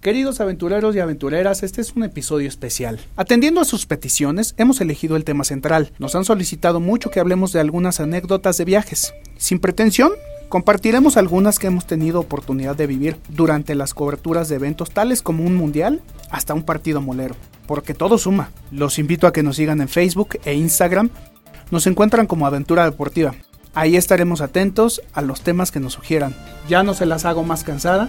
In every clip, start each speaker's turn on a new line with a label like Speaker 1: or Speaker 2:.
Speaker 1: Queridos aventureros y aventureras, este es un episodio especial. Atendiendo a sus peticiones, hemos elegido el tema central. Nos han solicitado mucho que hablemos de algunas anécdotas de viajes. Sin pretensión, compartiremos algunas que hemos tenido oportunidad de vivir durante las coberturas de eventos tales como un mundial hasta un partido molero. Porque todo suma. Los invito a que nos sigan en Facebook e Instagram. Nos encuentran como Aventura Deportiva. Ahí estaremos atentos a los temas que nos sugieran. Ya no se las hago más cansada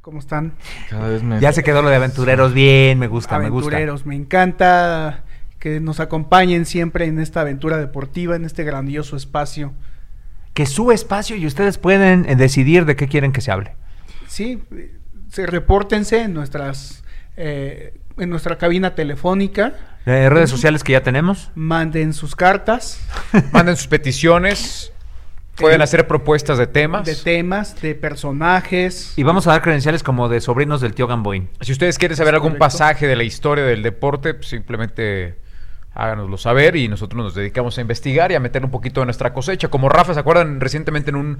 Speaker 1: ¿Cómo están?
Speaker 2: Cada vez me...
Speaker 3: Ya se quedó lo de aventureros bien, me gusta, me gusta.
Speaker 1: Aventureros, me encanta que nos acompañen siempre en esta aventura deportiva, en este grandioso espacio.
Speaker 3: Que su espacio y ustedes pueden eh, decidir de qué quieren que se hable.
Speaker 1: Sí, eh, se repórtense en nuestras eh, en nuestra cabina telefónica,
Speaker 3: Eh, redes sociales que ya tenemos.
Speaker 1: manden sus cartas Eh,
Speaker 2: Manden sus peticiones. Pueden hacer propuestas de temas.
Speaker 1: de temas, de personajes.
Speaker 3: Y vamos a dar credenciales como de sobrinos del tío Gamboín.
Speaker 2: si ustedes quieren saber algún
Speaker 1: correcto.
Speaker 2: pasaje de la historia del deporte, pues, simplemente háganoslo saber y nosotros nos dedicamos a investigar y a meter un poquito de nuestra cosecha. Como Rafa, ¿se acuerdan recientemente en un,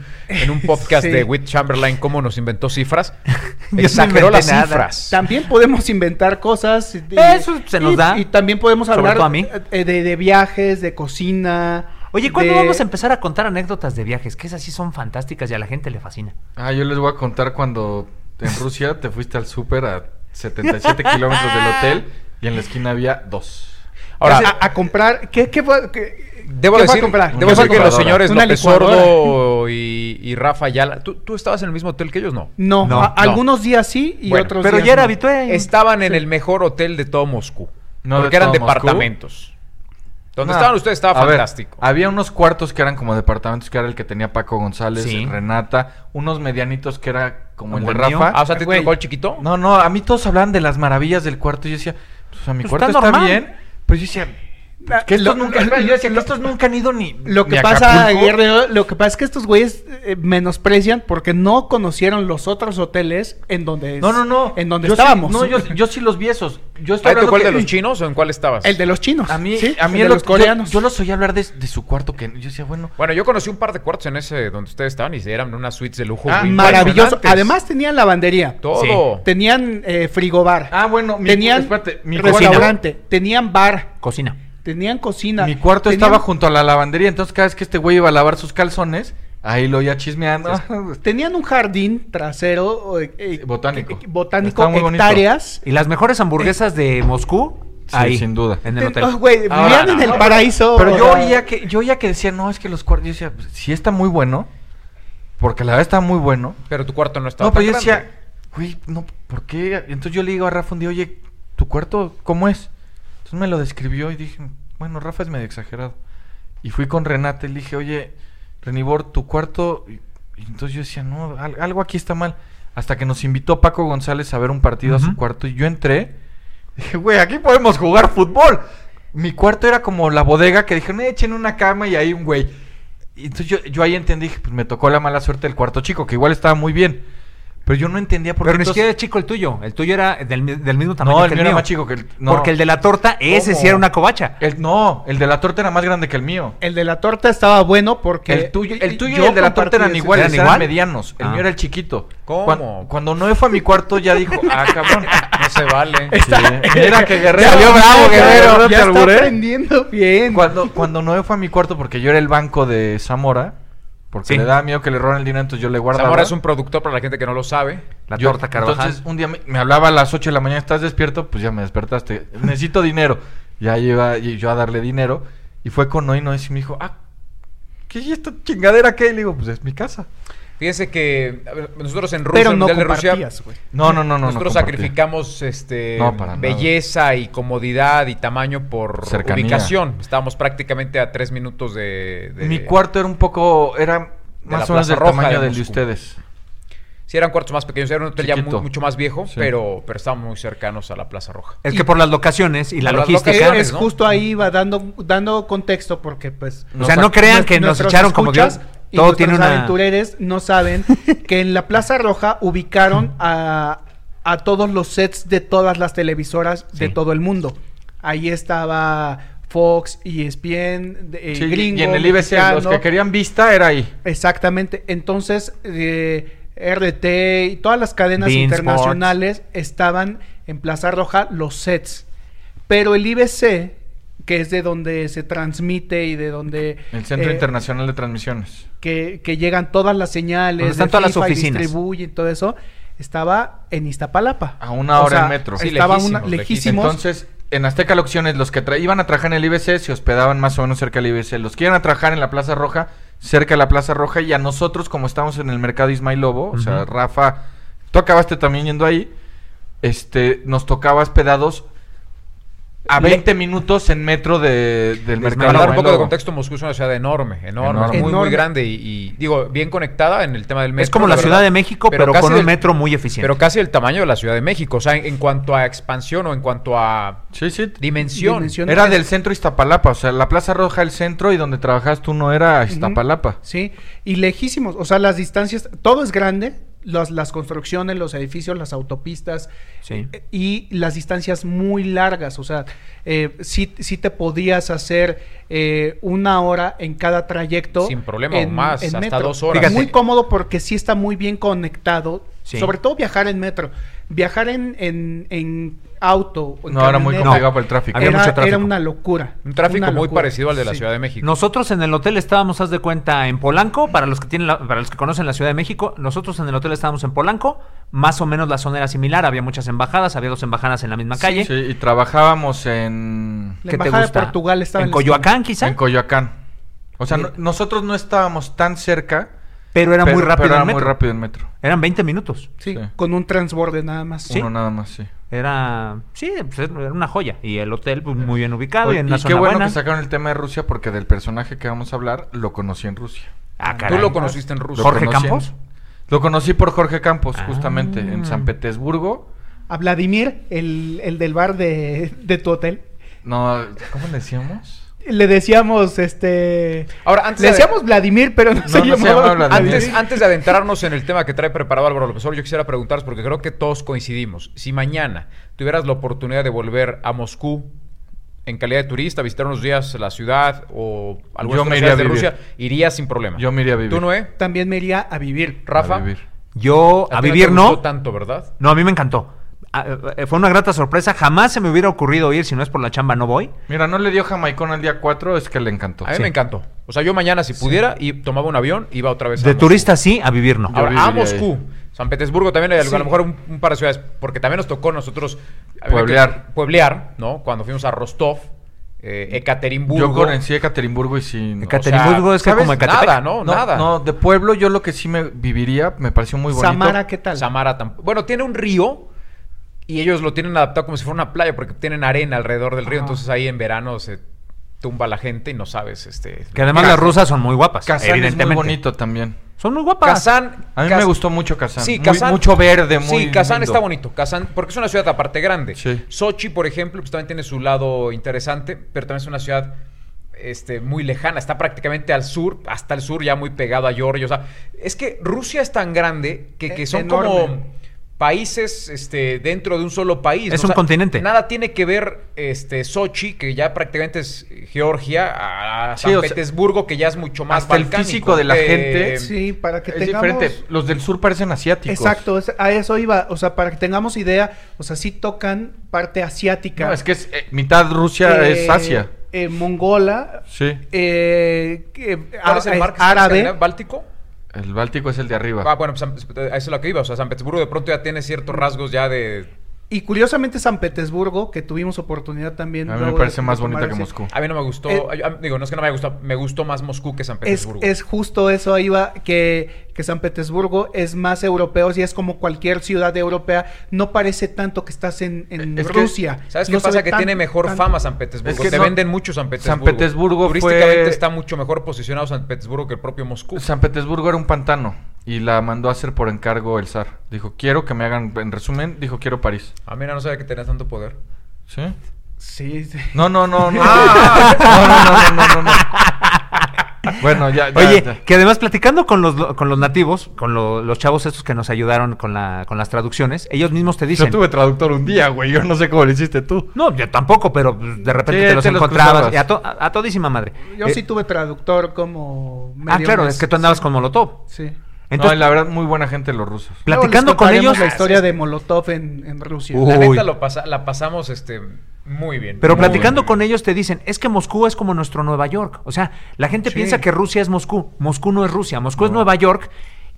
Speaker 2: en un podcast
Speaker 1: Sí.
Speaker 2: de Whit Chamberlain cómo nos inventó cifras?
Speaker 3: no
Speaker 2: Exageró
Speaker 3: inventé
Speaker 2: las
Speaker 3: nada.
Speaker 2: cifras.
Speaker 1: También podemos inventar cosas. y-
Speaker 3: Eso se nos
Speaker 1: y-
Speaker 3: da.
Speaker 1: Y también podemos
Speaker 3: Sobre
Speaker 1: hablar
Speaker 3: todo a mí.
Speaker 1: eh, de, de viajes, de cocina.
Speaker 3: Oye, ¿cuándo
Speaker 1: de-
Speaker 3: vamos a empezar a contar anécdotas de viajes? Que esas sí son fantásticas y a la gente le fascina.
Speaker 4: Ah, yo les voy a contar cuando en Rusia te fuiste al súper a 77 kilómetros del hotel y en la esquina había dos.
Speaker 2: Ahora,
Speaker 1: a, a comprar. ¿Qué, qué fue? qué-
Speaker 2: Debo
Speaker 1: qué fue a
Speaker 2: decir,
Speaker 1: comprar?
Speaker 2: debo
Speaker 4: Una
Speaker 2: decir que los
Speaker 4: licuadora.
Speaker 2: señores
Speaker 1: Una
Speaker 2: López
Speaker 1: licuadora.
Speaker 2: Sordo y, y Rafa Ayala, ¿tú, tú estabas en el mismo hotel que ellos? No.
Speaker 1: No,
Speaker 3: No,
Speaker 1: a-
Speaker 3: no.
Speaker 1: algunos días sí y
Speaker 2: Bueno,
Speaker 1: otros
Speaker 3: Pero
Speaker 1: días
Speaker 3: ya era
Speaker 1: no.
Speaker 3: habitué.
Speaker 2: Estaban en el mejor hotel de todo Moscú.
Speaker 4: No,
Speaker 2: porque
Speaker 4: de
Speaker 2: eran
Speaker 4: todo Moscú.
Speaker 2: departamentos. Donde
Speaker 4: No.
Speaker 2: estaban ustedes estaba
Speaker 4: A ver,
Speaker 2: fantástico.
Speaker 4: había unos cuartos que eran como departamentos, que era el que tenía Paco González,
Speaker 3: Sí.
Speaker 4: Renata, unos medianitos que era como el
Speaker 3: ¿Como
Speaker 4: de
Speaker 3: el mío?
Speaker 4: Rafa.
Speaker 2: ah, o sea, ¿te
Speaker 1: Güey.
Speaker 2: tocó el chiquito?
Speaker 4: No, no, a mí todos hablaban de las maravillas del cuarto. Yo decía, pues a mi
Speaker 3: Pues
Speaker 4: cuarto
Speaker 3: está
Speaker 4: está,
Speaker 3: normal.
Speaker 4: bien. Pero yo decía, que estos,
Speaker 1: Ah, Lo-
Speaker 4: nunca,
Speaker 1: lo-
Speaker 4: yo decía que estos nunca han ido ni.
Speaker 1: Lo que
Speaker 4: ni a
Speaker 1: pasa
Speaker 4: Acapulco.
Speaker 1: ayer de hoy- lo que pasa es que estos güeyes eh, menosprecian porque no conocieron los otros hoteles en donde es-
Speaker 4: No, no, no.
Speaker 1: en donde
Speaker 4: Yo sí-
Speaker 1: estábamos.
Speaker 4: no, yo, yo sí los vi esos. Yo estoy
Speaker 2: ¿Ahí
Speaker 4: hablando
Speaker 2: tocó el
Speaker 4: que-
Speaker 2: de los chinos o en cuál estabas?
Speaker 1: el de los chinos.
Speaker 4: A mí,
Speaker 1: sí,
Speaker 4: a mí
Speaker 1: el de
Speaker 4: lo-
Speaker 1: los
Speaker 4: yo-
Speaker 1: coreanos.
Speaker 4: Yo, los oía hablar de, de su cuarto que yo decía, bueno.
Speaker 2: Bueno, yo conocí un par de cuartos en ese donde ustedes estaban y eran unas suites de lujo.
Speaker 1: Ah,
Speaker 2: muy
Speaker 1: maravilloso.
Speaker 2: impresionantes.
Speaker 1: Además tenían lavandería.
Speaker 2: Todo.
Speaker 1: Tenían eh, frigobar.
Speaker 4: Ah, bueno, mi,
Speaker 1: tenían
Speaker 4: espérate, mi cuarto,
Speaker 1: restaurante, tenían bar,
Speaker 3: Cocina.
Speaker 1: tenían cocina.
Speaker 4: mi cuarto
Speaker 1: tenían-
Speaker 4: estaba junto a la lavandería, entonces cada vez que este güey iba a lavar sus calzones, ahí lo oía chismeando.
Speaker 1: Tenían un jardín trasero eh, eh,
Speaker 4: Botánico.
Speaker 1: eh, botánico
Speaker 4: Estaba muy bonito.
Speaker 1: hectáreas.
Speaker 3: Y las mejores hamburguesas de Moscú,
Speaker 4: Sí,
Speaker 3: ahí.
Speaker 4: sin duda.
Speaker 3: En el
Speaker 1: Ten-
Speaker 3: hotel.
Speaker 1: oh, güey,
Speaker 4: Ahora,
Speaker 1: vivían
Speaker 4: no,
Speaker 1: en el
Speaker 4: no,
Speaker 1: paraíso.
Speaker 4: Pero yo
Speaker 1: o sea,
Speaker 4: oía que yo oía que decía, "No, es que los cuartos", yo decía, "Pues, "Sí está muy bueno." Porque la verdad está muy bueno.
Speaker 2: Pero tu cuarto no estaba.
Speaker 4: No, pero
Speaker 2: tan
Speaker 4: yo
Speaker 2: grande.
Speaker 4: decía, "Güey, no, ¿por qué?" Entonces yo le digo a Rafa un día, "Oye, ¿tu cuarto cómo es?" Entonces me lo describió y dije, "Bueno, Rafa es medio exagerado." Y fui con Renata y le dije, "Oye, Renibor, tu cuarto." Y y entonces yo decía, "No, al- algo aquí está mal." Hasta que nos invitó Paco González a ver un partido a
Speaker 3: Ujú.
Speaker 4: su cuarto y yo entré. Dije, güey, aquí podemos jugar fútbol. Mi cuarto era como la bodega que dijeron, "Eh, echen una cama y ahí un güey. Y entonces yo, yo ahí entendí, dije, pues me tocó la mala suerte del cuarto chico, que igual estaba muy bien. Pero yo no entendía por
Speaker 3: Pero
Speaker 4: qué.
Speaker 3: ni
Speaker 4: todos-
Speaker 3: siquiera era chico el tuyo. El tuyo era del, mi- del mismo tamaño
Speaker 4: No,
Speaker 3: que
Speaker 4: el mío era más chico que el. No.
Speaker 3: Porque el de la torta, ese
Speaker 2: ¿Cómo?
Speaker 3: sí era una covacha.
Speaker 4: El- no, el de la torta era más grande que el mío.
Speaker 1: El de la torta estaba bueno porque.
Speaker 4: El tuyo, el tuyo
Speaker 1: yo
Speaker 4: y el de la
Speaker 1: compartí
Speaker 4: torta eran
Speaker 1: ese-
Speaker 4: iguales,
Speaker 3: ¿Eran
Speaker 4: eran,
Speaker 3: igual?
Speaker 4: medianos. El
Speaker 3: Ah.
Speaker 4: mío era el chiquito.
Speaker 2: ¿Cómo?
Speaker 4: Cuan- Cuando, no fue a mi cuarto ya dijo, ah, cabrón.
Speaker 2: No se vale.
Speaker 4: Sí, Mira que guerrero.
Speaker 3: Salió bravo, Guerrero.
Speaker 1: Ya está
Speaker 4: alburé.
Speaker 1: aprendiendo bien.
Speaker 4: Cuando, cuando Noé fue a mi cuarto, porque yo era el banco de Zamora, porque
Speaker 3: Sí.
Speaker 4: le daba miedo que le roban el dinero, entonces yo le guardaba.
Speaker 2: Zamora es un productor para la gente que no lo sabe.
Speaker 3: La
Speaker 4: Yo-
Speaker 3: torta Carvajal.
Speaker 4: Entonces, un día me, me hablaba a las 8 de la mañana, ¿estás despierto? Pues ya me despertaste. Necesito dinero. Ya iba y yo a darle dinero. Y fue con Noé, Noé sí me dijo, ah, ¿qué es esta chingadera que hay? Le digo, pues es mi casa.
Speaker 2: Fíjese que a ver, nosotros en Rusia,
Speaker 1: Pero
Speaker 2: el
Speaker 1: no
Speaker 2: Mundial de Rusia,
Speaker 1: compartías, güey.
Speaker 4: No, no, no, no. no
Speaker 2: nosotros
Speaker 4: compartí.
Speaker 2: sacrificamos este
Speaker 4: No, para nada.
Speaker 2: belleza y comodidad y tamaño por
Speaker 4: Cercanía.
Speaker 2: ubicación. Estábamos prácticamente a tres minutos de, de-
Speaker 4: Mi cuarto era un poco, era
Speaker 2: de la
Speaker 4: más o menos
Speaker 2: Plaza
Speaker 4: del
Speaker 2: Roja
Speaker 4: tamaño
Speaker 2: de
Speaker 4: del de
Speaker 2: Moscú.
Speaker 4: ustedes.
Speaker 2: Sí, eran cuartos más pequeños, era un hotel ya
Speaker 4: Chiquito.
Speaker 2: mu- mucho más viejo,
Speaker 4: Sí.
Speaker 2: pero, pero estábamos muy cercanos a la Plaza Roja.
Speaker 3: es que por las locaciones y la
Speaker 2: por las
Speaker 3: logística.
Speaker 2: locaciones,
Speaker 1: Es
Speaker 2: ¿no?
Speaker 1: justo ahí va dando, dando contexto porque pues...
Speaker 3: O sea, no crean que nos
Speaker 1: nuestros
Speaker 3: echaron como
Speaker 1: escuchas
Speaker 3: Dios.
Speaker 1: y
Speaker 3: Todo
Speaker 1: nuestros
Speaker 3: tiene una.
Speaker 1: aventureros no saben que en la Plaza Roja ubicaron a, a todos los sets de todas las televisoras de
Speaker 3: Sí.
Speaker 1: todo el mundo. Ahí estaba Fox, E ESPN, de- eh,
Speaker 4: Sí,
Speaker 1: Gringo,
Speaker 4: y en el IBC, los
Speaker 1: Mexicano.
Speaker 4: que querían vista era ahí.
Speaker 1: Exactamente. Entonces, eh, RT y todas las cadenas
Speaker 3: Bein
Speaker 1: internacionales estaban en Plaza Roja los sets. Pero el IBC, que es de donde se transmite y de donde...
Speaker 4: El Centro
Speaker 1: eh,
Speaker 4: Internacional de Transmisiones.
Speaker 1: que, que llegan todas las señales,
Speaker 3: Donde están
Speaker 1: de
Speaker 3: todas las
Speaker 1: FIFA y
Speaker 3: oficinas.
Speaker 1: distribuyen todo eso, estaba en Iztapalapa.
Speaker 4: A una hora en metro. Sí,
Speaker 1: Estaba
Speaker 2: lejísimos,
Speaker 1: una- lejísimos.
Speaker 2: lejísimos.
Speaker 4: Entonces, en Azteca Locaciones, los que tra- iban a trabajar en el IBC se hospedaban más o menos cerca del IBC. Los que iban a trabajar en la Plaza Roja, cerca de la Plaza Roja. Y a nosotros, como estamos en el mercado Ismael Lobo, o sea,
Speaker 3: Ujú.
Speaker 4: Rafa, tú acabaste también yendo ahí, este, nos tocaba hospedados a
Speaker 2: Le-
Speaker 4: 20 minutos en metro de- del mercado
Speaker 2: Para dar un
Speaker 4: Ismael
Speaker 2: poco de
Speaker 4: Lobo.
Speaker 2: contexto, Moscú es una ciudad enorme, enorme,
Speaker 4: Enorme.
Speaker 2: Muy, muy
Speaker 1: Enorme.
Speaker 2: grande y, y, digo, bien conectada en el tema del metro.
Speaker 3: Es como la
Speaker 2: verdad.
Speaker 3: Ciudad de México, pero,
Speaker 2: casi
Speaker 3: con un
Speaker 2: del-
Speaker 3: metro muy eficiente.
Speaker 2: Pero casi el tamaño de la Ciudad de México, o sea, en, en cuanto a expansión o en cuanto a
Speaker 4: Sí, sí.
Speaker 2: dimensión.
Speaker 1: Dimensión.
Speaker 4: Era del centro Iztapalapa, o sea, la Plaza Roja, el centro, y donde trabajas tú no era Iztapalapa.
Speaker 1: Sí, y lejísimos, o sea, las distancias, todo es grande, las, las construcciones, los edificios, las autopistas,
Speaker 3: Sí.
Speaker 1: eh, y las distancias muy largas, o sea, eh, sí, sí te podías hacer eh, una hora en cada trayecto.
Speaker 2: Sin problema, o más, hasta dos horas.
Speaker 1: Fíjate. Muy
Speaker 2: Sí.
Speaker 1: cómodo porque sí está muy bien conectado,
Speaker 3: Sí.
Speaker 1: sobre todo viajar en metro, viajar en, en, en auto. o en
Speaker 4: No, era muy
Speaker 1: camioneta,
Speaker 4: complicado por el tráfico.
Speaker 3: Había
Speaker 1: era,
Speaker 3: mucho tráfico.
Speaker 1: era una locura.
Speaker 2: Un tráfico
Speaker 1: una
Speaker 2: muy
Speaker 1: locura.
Speaker 2: parecido al de la
Speaker 1: Sí.
Speaker 2: Ciudad de México.
Speaker 3: Nosotros en el hotel estábamos, haz de cuenta, en Polanco, para los que tienen la- para los que conocen la Ciudad de México, nosotros en el hotel estábamos en Polanco, más o menos la zona era similar, había muchas embajadas, había dos embajadas en la misma calle.
Speaker 4: Sí, y trabajábamos en...
Speaker 1: La
Speaker 3: ¿Qué te
Speaker 1: embajada de
Speaker 3: gusta?
Speaker 1: Portugal estaba
Speaker 3: en,
Speaker 1: en la
Speaker 3: Coyoacán, quizá,
Speaker 4: En Coyoacán. O sea,
Speaker 3: Sí.
Speaker 4: no- nosotros no estábamos tan cerca.
Speaker 3: pero era
Speaker 4: pero-
Speaker 3: muy rápido
Speaker 4: pero era
Speaker 3: el
Speaker 4: muy
Speaker 3: metro.
Speaker 4: rápido el metro.
Speaker 3: Eran 20 minutos.
Speaker 1: Sí,
Speaker 4: Sí.
Speaker 1: con un transborde nada más.
Speaker 3: Sí.
Speaker 4: Uno nada más, sí.
Speaker 3: Era, sí, pues, era una joya y el hotel pues, muy bien ubicado
Speaker 4: Oye,
Speaker 3: y en
Speaker 4: y
Speaker 3: una
Speaker 4: qué
Speaker 3: zona
Speaker 4: bueno
Speaker 3: buena.
Speaker 4: que sacaron el tema de Rusia porque del personaje que vamos a hablar lo conocí en Rusia.
Speaker 3: Ah,
Speaker 2: Tú
Speaker 3: caray.
Speaker 2: lo conociste en
Speaker 4: Lo
Speaker 2: Rusia.
Speaker 3: Jorge
Speaker 4: conocí en-
Speaker 3: Campos?
Speaker 4: Lo conocí por Jorge Campos,
Speaker 3: Ah.
Speaker 4: justamente, en San Petersburgo.
Speaker 1: A Vladimir, el, el del bar de, de tu hotel,
Speaker 4: No, ¿cómo le decíamos?
Speaker 1: le decíamos, este...
Speaker 2: Ahora, antes
Speaker 1: le
Speaker 2: de-
Speaker 1: decíamos Vladimir, pero no, se,
Speaker 4: no se
Speaker 1: llamaba
Speaker 4: llamaba Vladimir.
Speaker 2: Antes, antes de adentrarnos en el tema que trae preparado Álvaro López Obrador, yo quisiera preguntaros, porque creo que todos coincidimos, si mañana tuvieras la oportunidad de volver a Moscú en calidad de turista, visitar unos días la ciudad o algunas
Speaker 4: Yo
Speaker 2: otras
Speaker 4: me iría
Speaker 2: ciudades de
Speaker 4: a vivir.
Speaker 2: Rusia, irías sin problema.
Speaker 4: Yo me iría a vivir.
Speaker 2: ¿Tú, Noé?
Speaker 1: También me iría a vivir.
Speaker 2: ¿Rafa?
Speaker 4: A vivir.
Speaker 3: Yo
Speaker 2: ti
Speaker 3: a
Speaker 2: te
Speaker 3: vivir
Speaker 2: gustó
Speaker 3: no.
Speaker 2: tanto, ¿verdad?
Speaker 3: No, a mí me encantó. Ah, eh, Fue una grata sorpresa. Jamás se me hubiera ocurrido ir si no es por la chamba, no voy.
Speaker 4: Mira, no le dio jamaicón al día 4, es que le encantó.
Speaker 2: A mí me encantó. O sea, yo mañana si pudiera y tomaba un avión, iba otra vez a
Speaker 3: De
Speaker 2: Moscú.
Speaker 3: turista sí, a vivir no.
Speaker 4: Pues Yo
Speaker 2: Ahora, a
Speaker 4: viviría
Speaker 2: Moscú. San Petersburgo también, hay algo- a lo
Speaker 1: Sí.
Speaker 2: mejor un, un par de ciudades, porque también nos tocó a nosotros a mí me
Speaker 4: Pueblear.
Speaker 2: tocó pueblear, ¿no? Cuando fuimos a Rostov, eh, Ekaterimburgo.
Speaker 4: Yo conocí Ekaterimburgo y sí. no,
Speaker 3: Ekaterimburgo es que
Speaker 2: ¿sabes?
Speaker 3: como Ecatepec.
Speaker 2: Nada, ¿no?
Speaker 4: No,
Speaker 2: nada.
Speaker 4: No, de pueblo yo lo que sí me viviría, me pareció muy bonito.
Speaker 1: Samara, ¿qué tal?
Speaker 2: Samara tampoco. Bueno, tiene un río y ellos lo tienen adaptado como si fuera una playa, porque tienen arena alrededor del río, entonces ahí en verano se tumba la gente y no sabes, este...
Speaker 3: Que además las rusas son muy guapas,
Speaker 4: Kazán es
Speaker 3: evidentemente.
Speaker 4: muy bonito también.
Speaker 3: Son muy guapas.
Speaker 2: Kazán...
Speaker 4: A mí
Speaker 2: Kaz-
Speaker 4: me gustó mucho Kazán.
Speaker 2: Sí,
Speaker 4: Muy-
Speaker 2: Kazán.
Speaker 4: mucho verde, muy
Speaker 2: Sí, Kazán
Speaker 4: lindo.
Speaker 2: está bonito. Kazán, porque es una ciudad aparte grande.
Speaker 4: Sí.
Speaker 2: Sochi, por ejemplo, pues también tiene su lado interesante, pero también es una ciudad este, muy lejana. Está prácticamente al sur, hasta el sur, ya muy pegado a Georgia. O sea, es que Rusia es tan grande que, que
Speaker 1: E-
Speaker 2: son
Speaker 1: enorme.
Speaker 2: como países este, dentro de un solo país.
Speaker 3: Es un continente.
Speaker 2: Nada tiene que ver este, Sochi, que ya prácticamente es Georgia, a, a
Speaker 4: Sí,
Speaker 2: San
Speaker 4: o sea,
Speaker 2: Petersburgo, que ya es mucho más Eh,
Speaker 4: hasta el físico de la gente,
Speaker 1: Sí, para que
Speaker 4: eh, Es
Speaker 1: tengamos...
Speaker 4: diferente. Los del sur parecen asiáticos.
Speaker 1: Exacto, es- a eso iba. O sea, para que tengamos idea, o sea, sí tocan parte asiática.
Speaker 4: No, es que es, eh, mitad Rusia
Speaker 1: Eh,
Speaker 4: es Asia.
Speaker 1: eh, mongola.
Speaker 4: Sí.
Speaker 1: eh, que-
Speaker 2: ¿Cuál es
Speaker 1: a-
Speaker 2: el mar que está en
Speaker 1: árabe.
Speaker 2: Escandinavia? ¿Báltico?
Speaker 4: El Báltico es el de arriba.
Speaker 2: Ah, bueno, pues, San- a eso es lo que iba. O sea, San Petersburgo de pronto ya tiene ciertos rasgos ya de...
Speaker 1: Y curiosamente San Petersburgo, que tuvimos oportunidad también.
Speaker 4: a mí me
Speaker 1: luego de-
Speaker 4: parece más
Speaker 1: de
Speaker 4: bonita
Speaker 1: tomar
Speaker 4: que
Speaker 1: ese-
Speaker 4: Moscú.
Speaker 2: A mí no me gustó...
Speaker 1: Eh,
Speaker 2: a- a- digo, no es que no me haya gustado. Me gustó más Moscú que San
Speaker 1: Es,
Speaker 2: Petersburgo.
Speaker 1: es justo eso, ahí va, que, que San Petersburgo es más europeo, y es como cualquier ciudad europea, no parece tanto que estás en, en
Speaker 4: Es que-
Speaker 1: Rusia.
Speaker 2: ¿Sabes
Speaker 1: No
Speaker 2: qué
Speaker 1: se
Speaker 2: pasa?
Speaker 1: ve
Speaker 2: Que
Speaker 1: tan-
Speaker 2: tiene mejor
Speaker 1: tan-
Speaker 2: fama San Petersburgo.
Speaker 4: Es que
Speaker 2: Te
Speaker 4: no-
Speaker 2: venden mucho San Petersburgo.
Speaker 4: Petersburgo fue-
Speaker 2: Turísticamente está mucho mejor posicionado San Petersburgo que el propio Moscú.
Speaker 4: San Petersburgo era un pantano y la mandó a hacer por encargo el zar. Dijo, quiero que me hagan, en resumen, dijo, quiero París.
Speaker 2: Ah, mira, no sabía que tenías tanto poder.
Speaker 4: ¿Sí?
Speaker 1: Sí, sí.
Speaker 4: No, no, no, no. Ah. No, no, no, no, no, no. Bueno, ya, ya,
Speaker 3: Oye,
Speaker 4: ya.
Speaker 3: que además platicando con los, con los nativos, con lo- los chavos estos que nos ayudaron con, la, con las traducciones, ellos mismos te dicen...
Speaker 4: Yo tuve traductor un día, güey. Yo no sé cómo lo hiciste tú.
Speaker 3: No, yo tampoco, pero pues, de repente
Speaker 4: Sí,
Speaker 3: te los
Speaker 4: te los
Speaker 3: encontrabas.
Speaker 4: cruzabas.
Speaker 3: y a, to- a- a todísima madre.
Speaker 1: Yo
Speaker 3: Eh,
Speaker 1: sí tuve traductor como...
Speaker 3: Ah,
Speaker 1: medio
Speaker 3: claro,
Speaker 1: mes.
Speaker 3: es que tú andabas con Molotov.
Speaker 1: Sí.
Speaker 3: Entonces,
Speaker 4: no, y la verdad, muy buena gente los rusos.
Speaker 1: Luego les
Speaker 3: platicando con
Speaker 1: contaremos
Speaker 3: ellos...
Speaker 1: la historia de Molotov en, en Rusia.
Speaker 3: Uh.
Speaker 2: La neta
Speaker 3: Uy.
Speaker 2: lo pasa- la pasamos este, muy bien.
Speaker 3: Pero
Speaker 2: Muy
Speaker 3: platicando
Speaker 2: bien.
Speaker 3: con ellos te dicen, es que Moscú es como nuestro Nueva York. O sea, la gente
Speaker 1: Sí.
Speaker 3: piensa que Rusia es Moscú. Moscú no es Rusia, Moscú es Nueva York.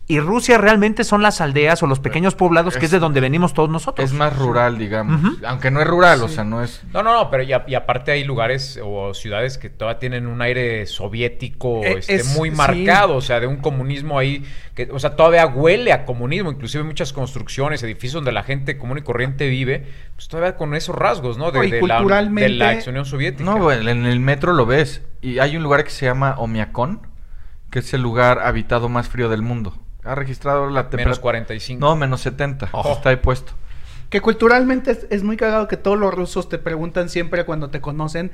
Speaker 3: Y Rusia realmente son las aldeas o los pequeños poblados que es de donde venimos todos nosotros.
Speaker 4: Es más rural, digamos. Aunque no es rural, o sea, no es...
Speaker 2: No, no, no, pero y, a- y aparte hay lugares o ciudades que todavía tienen un aire soviético
Speaker 1: Eh,
Speaker 2: este,
Speaker 1: es-
Speaker 2: muy
Speaker 1: sí.
Speaker 2: marcado, o sea, de un comunismo ahí, que, o sea, todavía huele a comunismo, inclusive muchas construcciones, edificios donde la gente común y corriente vive, pues todavía con esos rasgos, ¿no? De,
Speaker 1: No, y
Speaker 2: de la-
Speaker 1: culturalmente-
Speaker 2: de la ex Unión Soviética.
Speaker 4: No, güey, en el metro lo ves. Y hay un lugar que se llama Omiacón, que es el lugar habitado más frío del mundo. Ha registrado la temperatura...
Speaker 2: Menos 45.
Speaker 4: No, menos 70.
Speaker 2: Ojo.
Speaker 4: Está ahí puesto.
Speaker 1: Que culturalmente es, es muy cagado que todos los rusos te preguntan siempre cuando te conocen.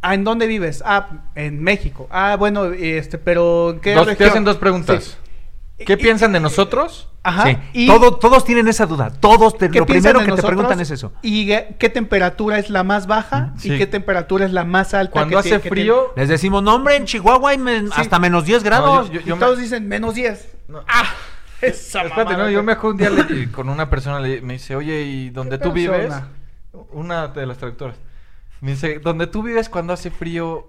Speaker 1: Ah, ¿en dónde vives? Ah, en México. Ah, bueno, este, pero ¿en qué
Speaker 4: Dos- te
Speaker 1: región?"
Speaker 4: hacen dos preguntas.
Speaker 1: Sí.
Speaker 4: ¿Qué
Speaker 1: Y-
Speaker 4: piensan de nosotros?
Speaker 1: Ajá.
Speaker 3: Sí.
Speaker 1: y
Speaker 3: Todo- todos tienen esa duda. Todos te-
Speaker 1: ¿qué
Speaker 3: lo
Speaker 1: piensan
Speaker 3: primero
Speaker 1: de
Speaker 3: que te
Speaker 1: nosotros?
Speaker 3: preguntan es eso.
Speaker 1: ¿Y qué, qué temperatura es la más baja?
Speaker 4: Sí.
Speaker 1: ¿Y qué temperatura es la más alta?
Speaker 4: Cuando
Speaker 1: que
Speaker 4: hace
Speaker 1: tie- que
Speaker 4: frío-
Speaker 3: Les decimos, no, hombre, en Chihuahua hay men-
Speaker 1: Sí.
Speaker 3: hasta menos 10 grados.
Speaker 4: No,
Speaker 1: tiene?
Speaker 4: Yo- yo
Speaker 1: y
Speaker 4: me-
Speaker 1: todos dicen menos 10.
Speaker 4: No.
Speaker 1: Ah, esa
Speaker 4: Espérate,
Speaker 1: mamada.
Speaker 4: no, yo me acuerdo un día le- con una persona le- me dice, oye, ¿y dónde
Speaker 1: ¿Qué
Speaker 4: tú vives?
Speaker 1: persona?
Speaker 4: Una de las traductoras. Me dice, ¿dónde tú vives cuando hace frío?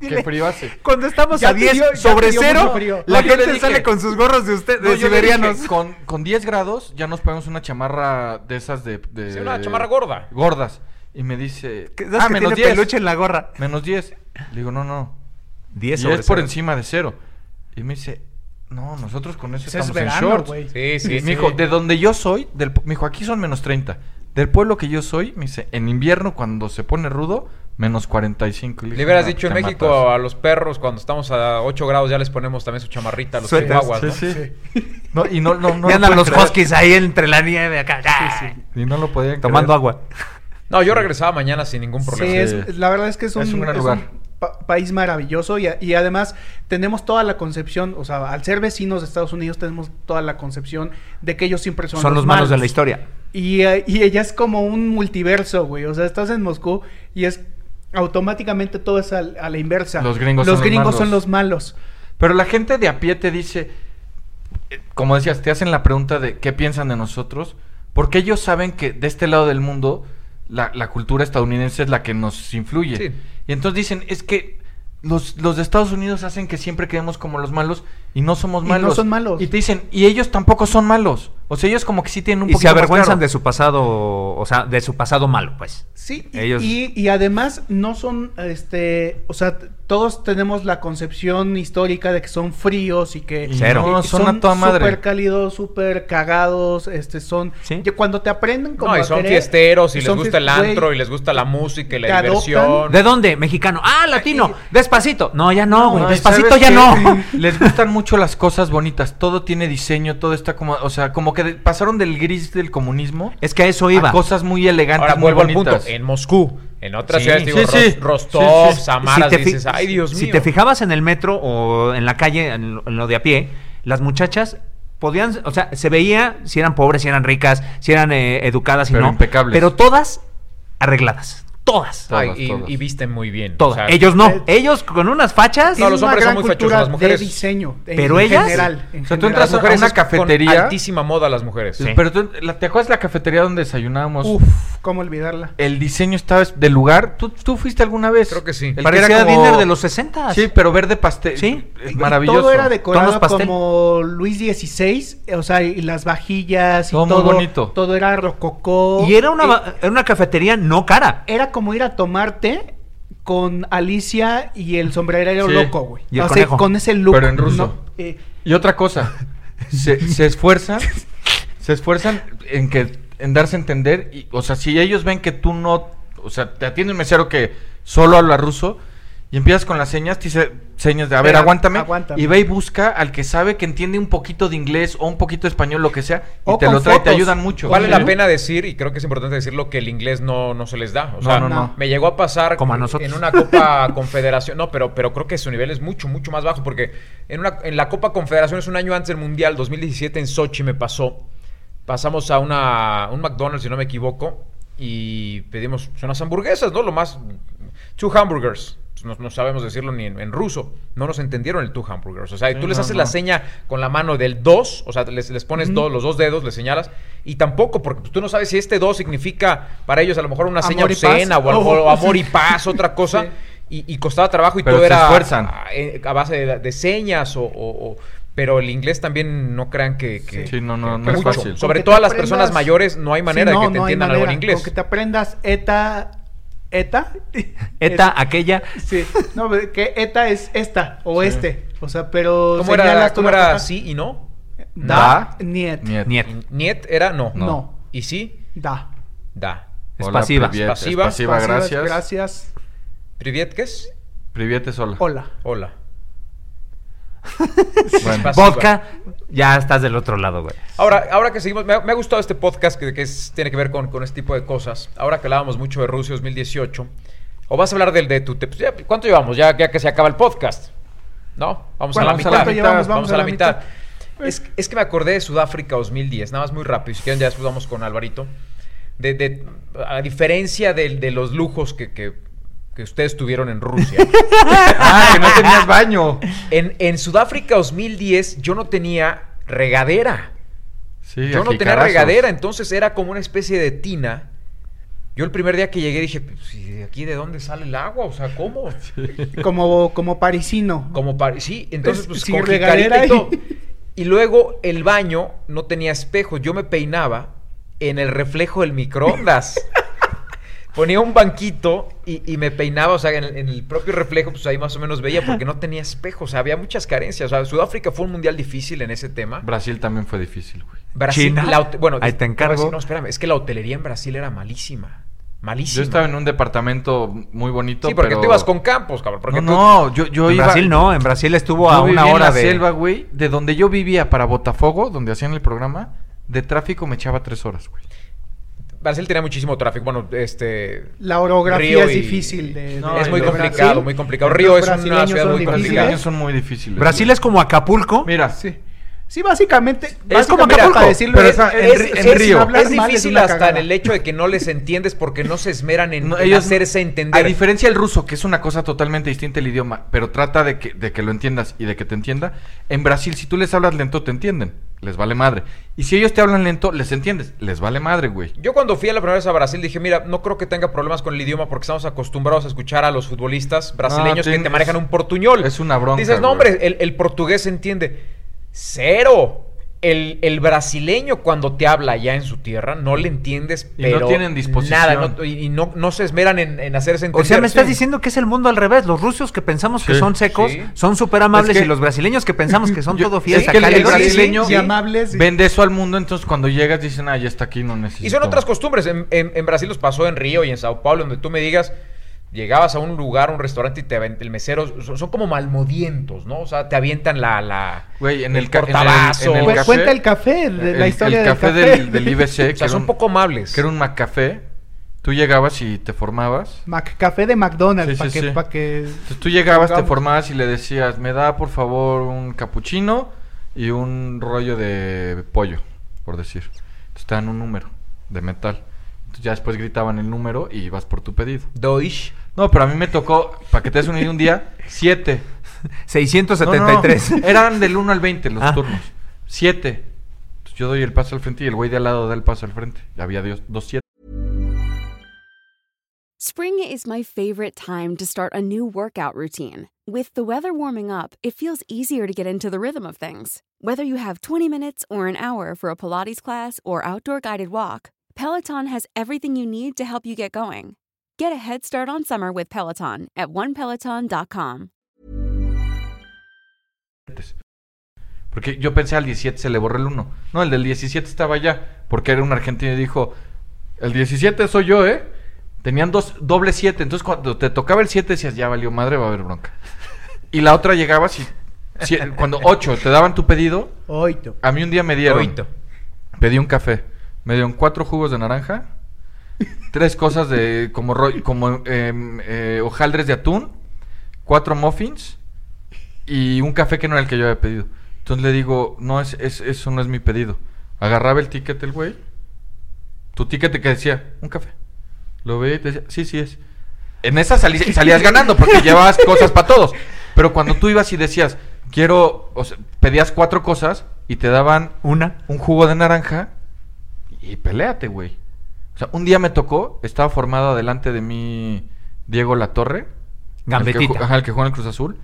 Speaker 4: ¿Qué frío hace?
Speaker 3: Cuando estamos
Speaker 1: Ya
Speaker 3: a
Speaker 1: te
Speaker 3: 10
Speaker 1: dio- ya
Speaker 3: sobre
Speaker 1: te dio mucho
Speaker 3: cero,
Speaker 1: frío.
Speaker 4: No,
Speaker 3: la
Speaker 4: yo le
Speaker 3: gente
Speaker 4: dije-
Speaker 3: sale con sus gorros de ustedes,
Speaker 4: No,
Speaker 3: de
Speaker 4: yo le
Speaker 3: siberianos.
Speaker 4: dije, con, con 10 grados ya nos ponemos una chamarra de esas de... de-
Speaker 2: Sí, una chamarra gorda.
Speaker 4: Gordas. Y me dice...
Speaker 3: Que-
Speaker 4: Ah,
Speaker 3: que
Speaker 4: menos
Speaker 3: tiene
Speaker 4: 10.
Speaker 3: peluche en la gorra.
Speaker 4: Menos 10. Le digo, no, no.
Speaker 3: 10
Speaker 4: y es por encima de cero. Y me dice, no, nosotros con eso
Speaker 1: Ese es
Speaker 4: estamos
Speaker 1: verano,
Speaker 4: en shorts.
Speaker 1: güey.
Speaker 2: Sí, sí,
Speaker 4: Y
Speaker 2: sí.
Speaker 4: me dijo, de donde yo soy, del, pu- me dijo, aquí son menos 30. Del pueblo que yo soy, me dice, en invierno cuando se pone rudo, menos 45.
Speaker 2: Le
Speaker 4: dije,
Speaker 2: hubieras
Speaker 4: "No,
Speaker 2: dicho en
Speaker 4: te
Speaker 2: México
Speaker 4: matas".
Speaker 2: a los perros cuando estamos a 8 grados ya les ponemos también su chamarrita a los
Speaker 3: Suéteres,
Speaker 2: chihuahuas, ¿no?
Speaker 4: Sí, sí. No, y no, no, no
Speaker 3: y
Speaker 4: lo
Speaker 3: andan
Speaker 4: puedo
Speaker 3: los
Speaker 4: creer.
Speaker 3: huskies ahí entre la nieve acá.
Speaker 4: Y no lo podían
Speaker 3: Tomando
Speaker 4: creer.
Speaker 3: agua.
Speaker 2: No, yo regresaba mañana sin ningún
Speaker 1: Sí,
Speaker 2: problema.
Speaker 1: es- es- la verdad es que es un,
Speaker 4: Es un gran
Speaker 1: es
Speaker 4: lugar.
Speaker 1: pa- país maravilloso y, a- y además tenemos toda la concepción, o sea, al ser vecinos de Estados Unidos tenemos toda la concepción de que ellos siempre son,
Speaker 3: Son los malos de la
Speaker 1: malos.
Speaker 3: historia.
Speaker 1: Y, eh, y ella es como un multiverso, güey. O sea, estás en Moscú y es automáticamente todo es al- a la inversa.
Speaker 4: Los gringos
Speaker 1: los
Speaker 4: son los
Speaker 1: gringos
Speaker 4: malos.
Speaker 1: son los malos.
Speaker 4: Pero la gente de a pie te dice, eh, como decías, te hacen la pregunta de qué piensan de nosotros, porque ellos saben que de este lado del mundo la, la cultura estadounidense es la que nos influye.
Speaker 2: Sí.
Speaker 4: Y entonces dicen, es que los, los de Estados Unidos hacen que siempre quedemos como los malos y no somos
Speaker 1: Y no
Speaker 4: malos.
Speaker 1: son malos.
Speaker 4: Y te dicen, y ellos tampoco son malos. O sea, ellos como que sí tienen un
Speaker 3: Y se
Speaker 4: poquito más
Speaker 3: avergüenzan
Speaker 4: claro.
Speaker 3: de su pasado, o sea, de su pasado malo, pues.
Speaker 1: Sí, y,
Speaker 3: Ellos-
Speaker 1: y- y además no son, este, o sea, t- todos tenemos la concepción histórica de que son fríos y que
Speaker 4: Y
Speaker 3: Cero.
Speaker 4: No,
Speaker 1: y
Speaker 4: son, a toda madre.
Speaker 1: Súper cálidos, súper cagados, este, son...
Speaker 3: Sí.
Speaker 1: que cuando te aprenden como
Speaker 2: No,
Speaker 1: a
Speaker 2: y son
Speaker 1: querer,
Speaker 2: fiesteros y les
Speaker 1: son
Speaker 2: gusta el
Speaker 1: fies- güey,
Speaker 2: antro y les gusta la música y
Speaker 1: te
Speaker 2: la
Speaker 1: adoptan.
Speaker 2: diversión.
Speaker 3: ¿De dónde? Mexicano. Ah, latino. Despacito. No, ya no, güey.
Speaker 4: No, y
Speaker 3: Despacito
Speaker 4: ¿sabes
Speaker 3: ya
Speaker 4: qué?
Speaker 3: no.
Speaker 4: Les gustan mucho las cosas bonitas. Todo tiene diseño, todo está como. O sea, como que de- pasaron del gris del comunismo
Speaker 3: Es que a eso
Speaker 4: a
Speaker 3: iba.
Speaker 4: cosas muy elegantes.
Speaker 2: Ahora
Speaker 4: muy
Speaker 2: vuelvo al punto.
Speaker 4: bonitas.
Speaker 2: En Moscú, en otras
Speaker 4: Sí,
Speaker 2: ciudades, digo,
Speaker 4: sí,
Speaker 2: Ros-
Speaker 4: sí.
Speaker 2: Rostov,
Speaker 4: Sí, sí.
Speaker 2: Samara,
Speaker 3: si te, fi-
Speaker 2: dices, ay Dios
Speaker 3: si
Speaker 2: mío.
Speaker 3: te fijabas en el metro o en la calle, en lo, en lo de a pie, las muchachas podían, o sea, se veía si eran pobres, si eran ricas, si eran eh, educadas, si
Speaker 4: Pero
Speaker 3: no.
Speaker 4: impecables.
Speaker 3: Pero todas arregladas. Todas.
Speaker 4: Todas,
Speaker 2: Ay, y,
Speaker 4: todas.
Speaker 2: y visten muy bien.
Speaker 3: Todas.
Speaker 2: o sea,
Speaker 3: ellos no.
Speaker 1: eh,
Speaker 3: ellos con unas fachas.
Speaker 2: No,
Speaker 1: tienen
Speaker 2: los
Speaker 1: una
Speaker 2: hombres son
Speaker 1: gran
Speaker 2: muy fachos,
Speaker 1: cultura
Speaker 2: las mujeres-
Speaker 1: de diseño. en
Speaker 3: Pero ellas-
Speaker 1: general, en
Speaker 4: O sea, tú
Speaker 1: general.
Speaker 4: entras
Speaker 2: Las
Speaker 4: a
Speaker 2: mujeres
Speaker 4: una
Speaker 2: es con
Speaker 4: cafetería.
Speaker 2: altísima moda las mujeres.
Speaker 3: Sí.
Speaker 4: Pero tú, la, ¿te acuerdas la cafetería donde desayunábamos?
Speaker 1: Uf. ¿Cómo olvidarla?
Speaker 4: El diseño estaba es- del lugar. ¿Tú, tú fuiste alguna vez?
Speaker 2: Creo que sí.
Speaker 4: que
Speaker 3: Parecía
Speaker 4: era como-
Speaker 3: dinner de los 60.
Speaker 4: Sí, pero verde pastel.
Speaker 3: Sí.
Speaker 4: Es maravilloso.
Speaker 5: Y todo era
Speaker 3: Tonos
Speaker 5: decorado
Speaker 3: pastel.
Speaker 5: como Luis XVI, eh, o sea, y las vajillas y
Speaker 4: Todo
Speaker 5: todo.
Speaker 4: muy bonito.
Speaker 5: Todo era rococó.
Speaker 3: Y era una,
Speaker 5: Eh,
Speaker 3: ba- era una cafetería no cara.
Speaker 5: era como ir a tomarte con Alicia y el sombrerero
Speaker 4: Sí.
Speaker 5: loco, güey.
Speaker 3: Y el
Speaker 5: O sea,
Speaker 3: conejo.
Speaker 5: con ese look.
Speaker 4: Pero en ruso.
Speaker 5: eh,
Speaker 4: Y otra cosa, se, se esfuerzan, se esfuerzan en que en darse a entender, y, o sea, si ellos ven que tú no, o sea, te atiende un mesero que solo habla ruso y empiezas con las señas, te dice señas de, a ver,
Speaker 5: Espera,
Speaker 4: aguántame,
Speaker 5: aguántame.
Speaker 4: y ve y busca al que sabe que entiende un poquito de inglés o un poquito de español, lo que sea, y
Speaker 5: O
Speaker 4: te
Speaker 5: con
Speaker 4: lo trae, te
Speaker 5: fotos.
Speaker 4: ayudan mucho.
Speaker 2: Vale
Speaker 4: Sí.
Speaker 2: la pena decir, y creo que es importante decirlo, que el inglés no, no se les da. O
Speaker 4: No,
Speaker 2: sea,
Speaker 4: no, no.
Speaker 2: me llegó a pasar
Speaker 3: Como a nosotros.
Speaker 2: en una Copa Confederación. No, pero, pero creo que su nivel es mucho, mucho más bajo. Porque en, una, en la Copa Confederación es un año antes del Mundial, 2017 en Sochi me pasó. Pasamos a una, un McDonald's, si no me equivoco, y pedimos pues, unas hamburguesas, ¿no? Lo más... Two hamburgers. Pues No, no sabemos decirlo ni en, en ruso. No nos entendieron el two hamburgers. O sea, y tú
Speaker 4: Sí,
Speaker 2: les
Speaker 4: no,
Speaker 2: haces
Speaker 4: no.
Speaker 2: la seña con la mano del dos, o sea, les, les pones dos, los dos dedos, les señalas, y tampoco, porque pues, tú no sabes si este dos significa para ellos a lo mejor una seña
Speaker 1: Amor y paz.
Speaker 2: obscena o, algo-
Speaker 1: Oh,
Speaker 2: o amor
Speaker 1: sí.
Speaker 2: y paz, otra cosa. Y, y costaba trabajo y
Speaker 4: Pero
Speaker 2: todo
Speaker 4: se
Speaker 2: era
Speaker 4: esfuerzan.
Speaker 2: a, eh, a base de, de señas o, o- o- Pero el inglés también no crean que... que-
Speaker 4: Sí, no, no,
Speaker 2: que-
Speaker 4: no es
Speaker 2: mucho.
Speaker 4: fácil.
Speaker 2: Sobre
Speaker 5: que
Speaker 2: todo
Speaker 5: te
Speaker 2: a las
Speaker 5: aprendas-
Speaker 2: personas mayores no hay manera
Speaker 5: sí,
Speaker 2: de
Speaker 5: no,
Speaker 2: que te
Speaker 5: no hay
Speaker 2: entiendan algo en
Speaker 5: manera.
Speaker 2: inglés.
Speaker 5: Con que te aprendas ETA. ETA.
Speaker 3: Eta, aquella.
Speaker 5: Sí. No, pero que ETA es esta o este. O sea, pero.
Speaker 2: ¿Cómo era,
Speaker 5: señalas
Speaker 2: cómo
Speaker 5: una
Speaker 2: era
Speaker 5: cosa.
Speaker 2: sí y no?
Speaker 5: Da.
Speaker 4: Da.
Speaker 5: Niet.
Speaker 4: Niet.
Speaker 3: Niet.
Speaker 2: Niet era no.
Speaker 5: No.
Speaker 2: Y sí,
Speaker 5: Da.
Speaker 2: da.
Speaker 3: Es
Speaker 4: Hola,
Speaker 3: pasiva.
Speaker 4: Privet, es
Speaker 2: Pasiva.
Speaker 4: pasiva,
Speaker 5: Pasivas,
Speaker 4: gracias.
Speaker 5: Gracias.
Speaker 2: Privet, ¿qué es?
Speaker 4: Privet es hola.
Speaker 5: Hola.
Speaker 2: Hola.
Speaker 4: Bueno.
Speaker 2: Pasiva.
Speaker 3: Vodka, ya estás del otro lado, güey.
Speaker 2: Ahora, ahora que seguimos, me ha, me ha gustado este podcast que, que es- tiene que ver con, con este tipo de cosas. Ahora que hablábamos mucho de Rusia 2018, o vas a hablar del de tu... te- pues ya, ¿Cuánto llevamos? Ya, ya que se acaba el podcast. ¿No? Vamos a
Speaker 5: Bueno,
Speaker 2: la
Speaker 5: vamos a
Speaker 2: mitad.
Speaker 5: la mitad, llevamos,
Speaker 2: vamos a la mitad. Es, es que me acordé de Sudáfrica 2010, nada más muy rápido. Si quieren, ya después vamos con Alvarito. De, de- a diferencia del- de, los lujos que, que- que ustedes tuvieron en Rusia.
Speaker 4: Ah, que no tenías baño.
Speaker 2: en, en Sudáfrica 2010 yo no tenía regadera.
Speaker 4: Sí,
Speaker 2: Yo no
Speaker 4: aquí,
Speaker 2: tenía
Speaker 4: carazos.
Speaker 2: regadera, entonces era como una especie de tina. Yo el primer día que llegué dije, "Pues, ¿y de aquí de dónde sale el agua? O sea, ¿cómo?
Speaker 5: Como, como parisino.
Speaker 2: Como para... Sí, entonces pues
Speaker 5: sin
Speaker 2: con
Speaker 5: regadera
Speaker 2: jicarita y
Speaker 5: y-
Speaker 2: todo. Y luego el baño no tenía espejo, yo me peinaba en el reflejo del microondas. Ponía un banquito y, y me peinaba, o sea, en el, en el propio reflejo, pues ahí más o menos veía, porque no tenía espejo, o sea, había muchas carencias. O sea, Sudáfrica fue un mundial difícil en ese tema.
Speaker 4: Brasil también fue difícil, güey.
Speaker 2: Brasil,
Speaker 3: China.
Speaker 2: la hote- bueno,
Speaker 3: Ahí te encargo.
Speaker 2: Brasil- no, espérame, es que la hotelería en Brasil era malísima. Malísima.
Speaker 4: Yo estaba en un departamento muy bonito.
Speaker 2: Sí, porque
Speaker 4: pero-
Speaker 2: tú ibas con Campos, cabrón. Porque
Speaker 4: no,
Speaker 2: tú-
Speaker 4: no, yo, yo
Speaker 3: en
Speaker 4: iba.
Speaker 3: Brasil no, en Brasil estuvo
Speaker 4: yo
Speaker 3: a
Speaker 4: viví
Speaker 3: una
Speaker 4: en
Speaker 3: hora
Speaker 4: la
Speaker 3: de.
Speaker 4: selva, güey. De donde yo vivía para Botafogo, donde hacían el programa, de tráfico me echaba tres horas, güey.
Speaker 2: Brasil tenía muchísimo tráfico. Bueno, este.
Speaker 5: La orografía
Speaker 2: Río
Speaker 5: es
Speaker 2: y-
Speaker 5: difícil. de-
Speaker 4: No,
Speaker 5: de-
Speaker 2: es muy
Speaker 4: y
Speaker 5: de
Speaker 4: los
Speaker 2: complicado,
Speaker 5: Brasil.
Speaker 2: muy complicado.
Speaker 5: Los
Speaker 2: Río es una
Speaker 5: brasileños
Speaker 2: ciudad
Speaker 5: son
Speaker 2: muy
Speaker 4: Los
Speaker 5: difíciles.
Speaker 2: complicada.
Speaker 4: brasileños son muy difíciles.
Speaker 3: Brasil
Speaker 4: güey.
Speaker 3: es como Acapulco.
Speaker 4: Mira,
Speaker 5: Sí. Sí, básicamente. básicamente
Speaker 3: como Acapulco,
Speaker 5: para decirlo
Speaker 4: pero
Speaker 5: es-
Speaker 4: está en
Speaker 5: es-
Speaker 4: Ri- en
Speaker 5: es-
Speaker 4: Río.
Speaker 5: hablar
Speaker 2: Es
Speaker 5: mal es
Speaker 2: difícil
Speaker 5: una
Speaker 2: hasta en
Speaker 5: cagada.
Speaker 2: el hecho de que no les entiendes porque no se esmeran en,
Speaker 4: no,
Speaker 2: en
Speaker 4: ellos-
Speaker 2: hacerse
Speaker 4: A
Speaker 2: entender.
Speaker 4: diferencia del ruso, que es una cosa totalmente distinta el idioma, pero trata de que, de que lo entiendas y de que te entienda. En Brasil, si tú les hablas lento, te entienden. Les vale madre. Y si ellos te hablan lento, les entiendes. Les vale madre, güey.
Speaker 2: Yo cuando fui a la primera vez a Brasil dije, mira, no creo que tenga problemas con el idioma porque estamos acostumbrados a escuchar a los futbolistas brasileños que
Speaker 4: Ah, tienes-
Speaker 2: te manejan un portuñol.
Speaker 4: es una bronca,
Speaker 2: Dices, no,
Speaker 4: güey.
Speaker 2: hombre, el, el portugués se entiende. Cero. El, el brasileño cuando te habla allá en su tierra no le entiendes,
Speaker 4: Y no
Speaker 2: pero
Speaker 4: tienen disposición.
Speaker 2: Nada, no- y y no, no se esmeran en, en hacerse
Speaker 3: O
Speaker 2: entender.
Speaker 3: sea, me estás
Speaker 2: Sí.
Speaker 3: diciendo que es el mundo al revés. Los rusos que pensamos que
Speaker 4: Sí.
Speaker 3: son secos
Speaker 2: Sí.
Speaker 3: son súper amables
Speaker 4: Es que-
Speaker 3: y los brasileños que pensamos que son
Speaker 4: Yo-
Speaker 3: todo
Speaker 4: es
Speaker 3: fiesta,
Speaker 4: que el, el
Speaker 3: cálidos.
Speaker 4: brasileño
Speaker 5: sí, sí, amables, sí.
Speaker 4: vende eso al mundo, entonces cuando llegas dicen, ah, ya está aquí, no necesito.
Speaker 2: Y son otras costumbres. En, en- en Brasil los pasó en Río y en Sao Paulo, donde tú me digas, llegabas a un lugar, un restaurante y te avent- el mesero, son, son como malmodientos, ¿no? O sea, te avientan la... la
Speaker 4: Güey, en el ca- en el-
Speaker 2: portabazo.
Speaker 4: en el
Speaker 5: Pues
Speaker 4: café-
Speaker 5: cuenta el café, de-
Speaker 4: El-
Speaker 5: la historia
Speaker 4: el
Speaker 5: del
Speaker 4: café
Speaker 5: café.
Speaker 4: del, del IBC, que,
Speaker 2: o sea,
Speaker 4: era
Speaker 2: son
Speaker 4: un,
Speaker 2: poco amables.
Speaker 4: que era un Macafé. Tú llegabas y te formabas.
Speaker 5: Mac- café de McDonald's,
Speaker 4: Sí,
Speaker 5: para
Speaker 4: sí,
Speaker 5: que,
Speaker 4: sí.
Speaker 5: pa' que-
Speaker 4: Entonces tú llegabas, te
Speaker 5: Pongamos.
Speaker 4: formabas y le decías, me da por favor un capuchino y un rollo de pollo, por decir. Entonces te dan un número de metal. Entonces ya después gritaban el número y vas por tu pedido.
Speaker 2: Doish.
Speaker 4: No, pero a mí me tocó, para que te des una idea, un día, siete. No, no, no.
Speaker 3: 673.
Speaker 4: Eran del 1 al 20 los
Speaker 3: Ah.
Speaker 4: turnos. Pues 7. Yo doy el paso al frente y el güey de al lado da el paso al frente. Y había dos, dos siete.
Speaker 6: Spring is my favorite time to start a new workout routine. With the weather warming up, it feels easier to get into the rhythm of things. Whether you have 20 minutes or an hour for a Pilates class or outdoor guided walk, Peloton has everything you need to help you get going. Get a head start on summer with Peloton at onepeloton.com.
Speaker 4: Porque yo pensé al 17 se le borró el 1. No, el del 17 estaba allá. Porque era un argentino y dijo: El 17 soy yo, ¿eh? Tenían dos, doble 7. Entonces cuando te tocaba el 7 decías: Ya valió madre, va a haber bronca. Y la otra llegabas y. si- cuando 8 te daban tu pedido,
Speaker 5: Oito.
Speaker 4: a mí un día me dieron.
Speaker 2: Oito.
Speaker 4: Pedí un café. Me dieron cuatro jugos de naranja. tres cosas de. como, ro- como em, eh, hojaldres de atún. Cuatro muffins. Y un café que no era el que yo había pedido. Entonces le digo, no, es, es- eso no es mi pedido. Agarraba el ticket el güey. Tu ticket que decía, un café. Lo veía y te decía, sí, sí es. En esa salí- y salías ganando porque llevabas cosas para todos. Pero cuando tú ibas y decías, quiero, o sea, pedías cuatro cosas y te daban
Speaker 3: Una.
Speaker 4: un jugo de naranja y peleate, güey. O sea, un día me tocó, estaba formado delante de mí Diego Latorre. El que, ju-
Speaker 3: Gambetita.
Speaker 4: ajá, el que juega en el Cruz Azul.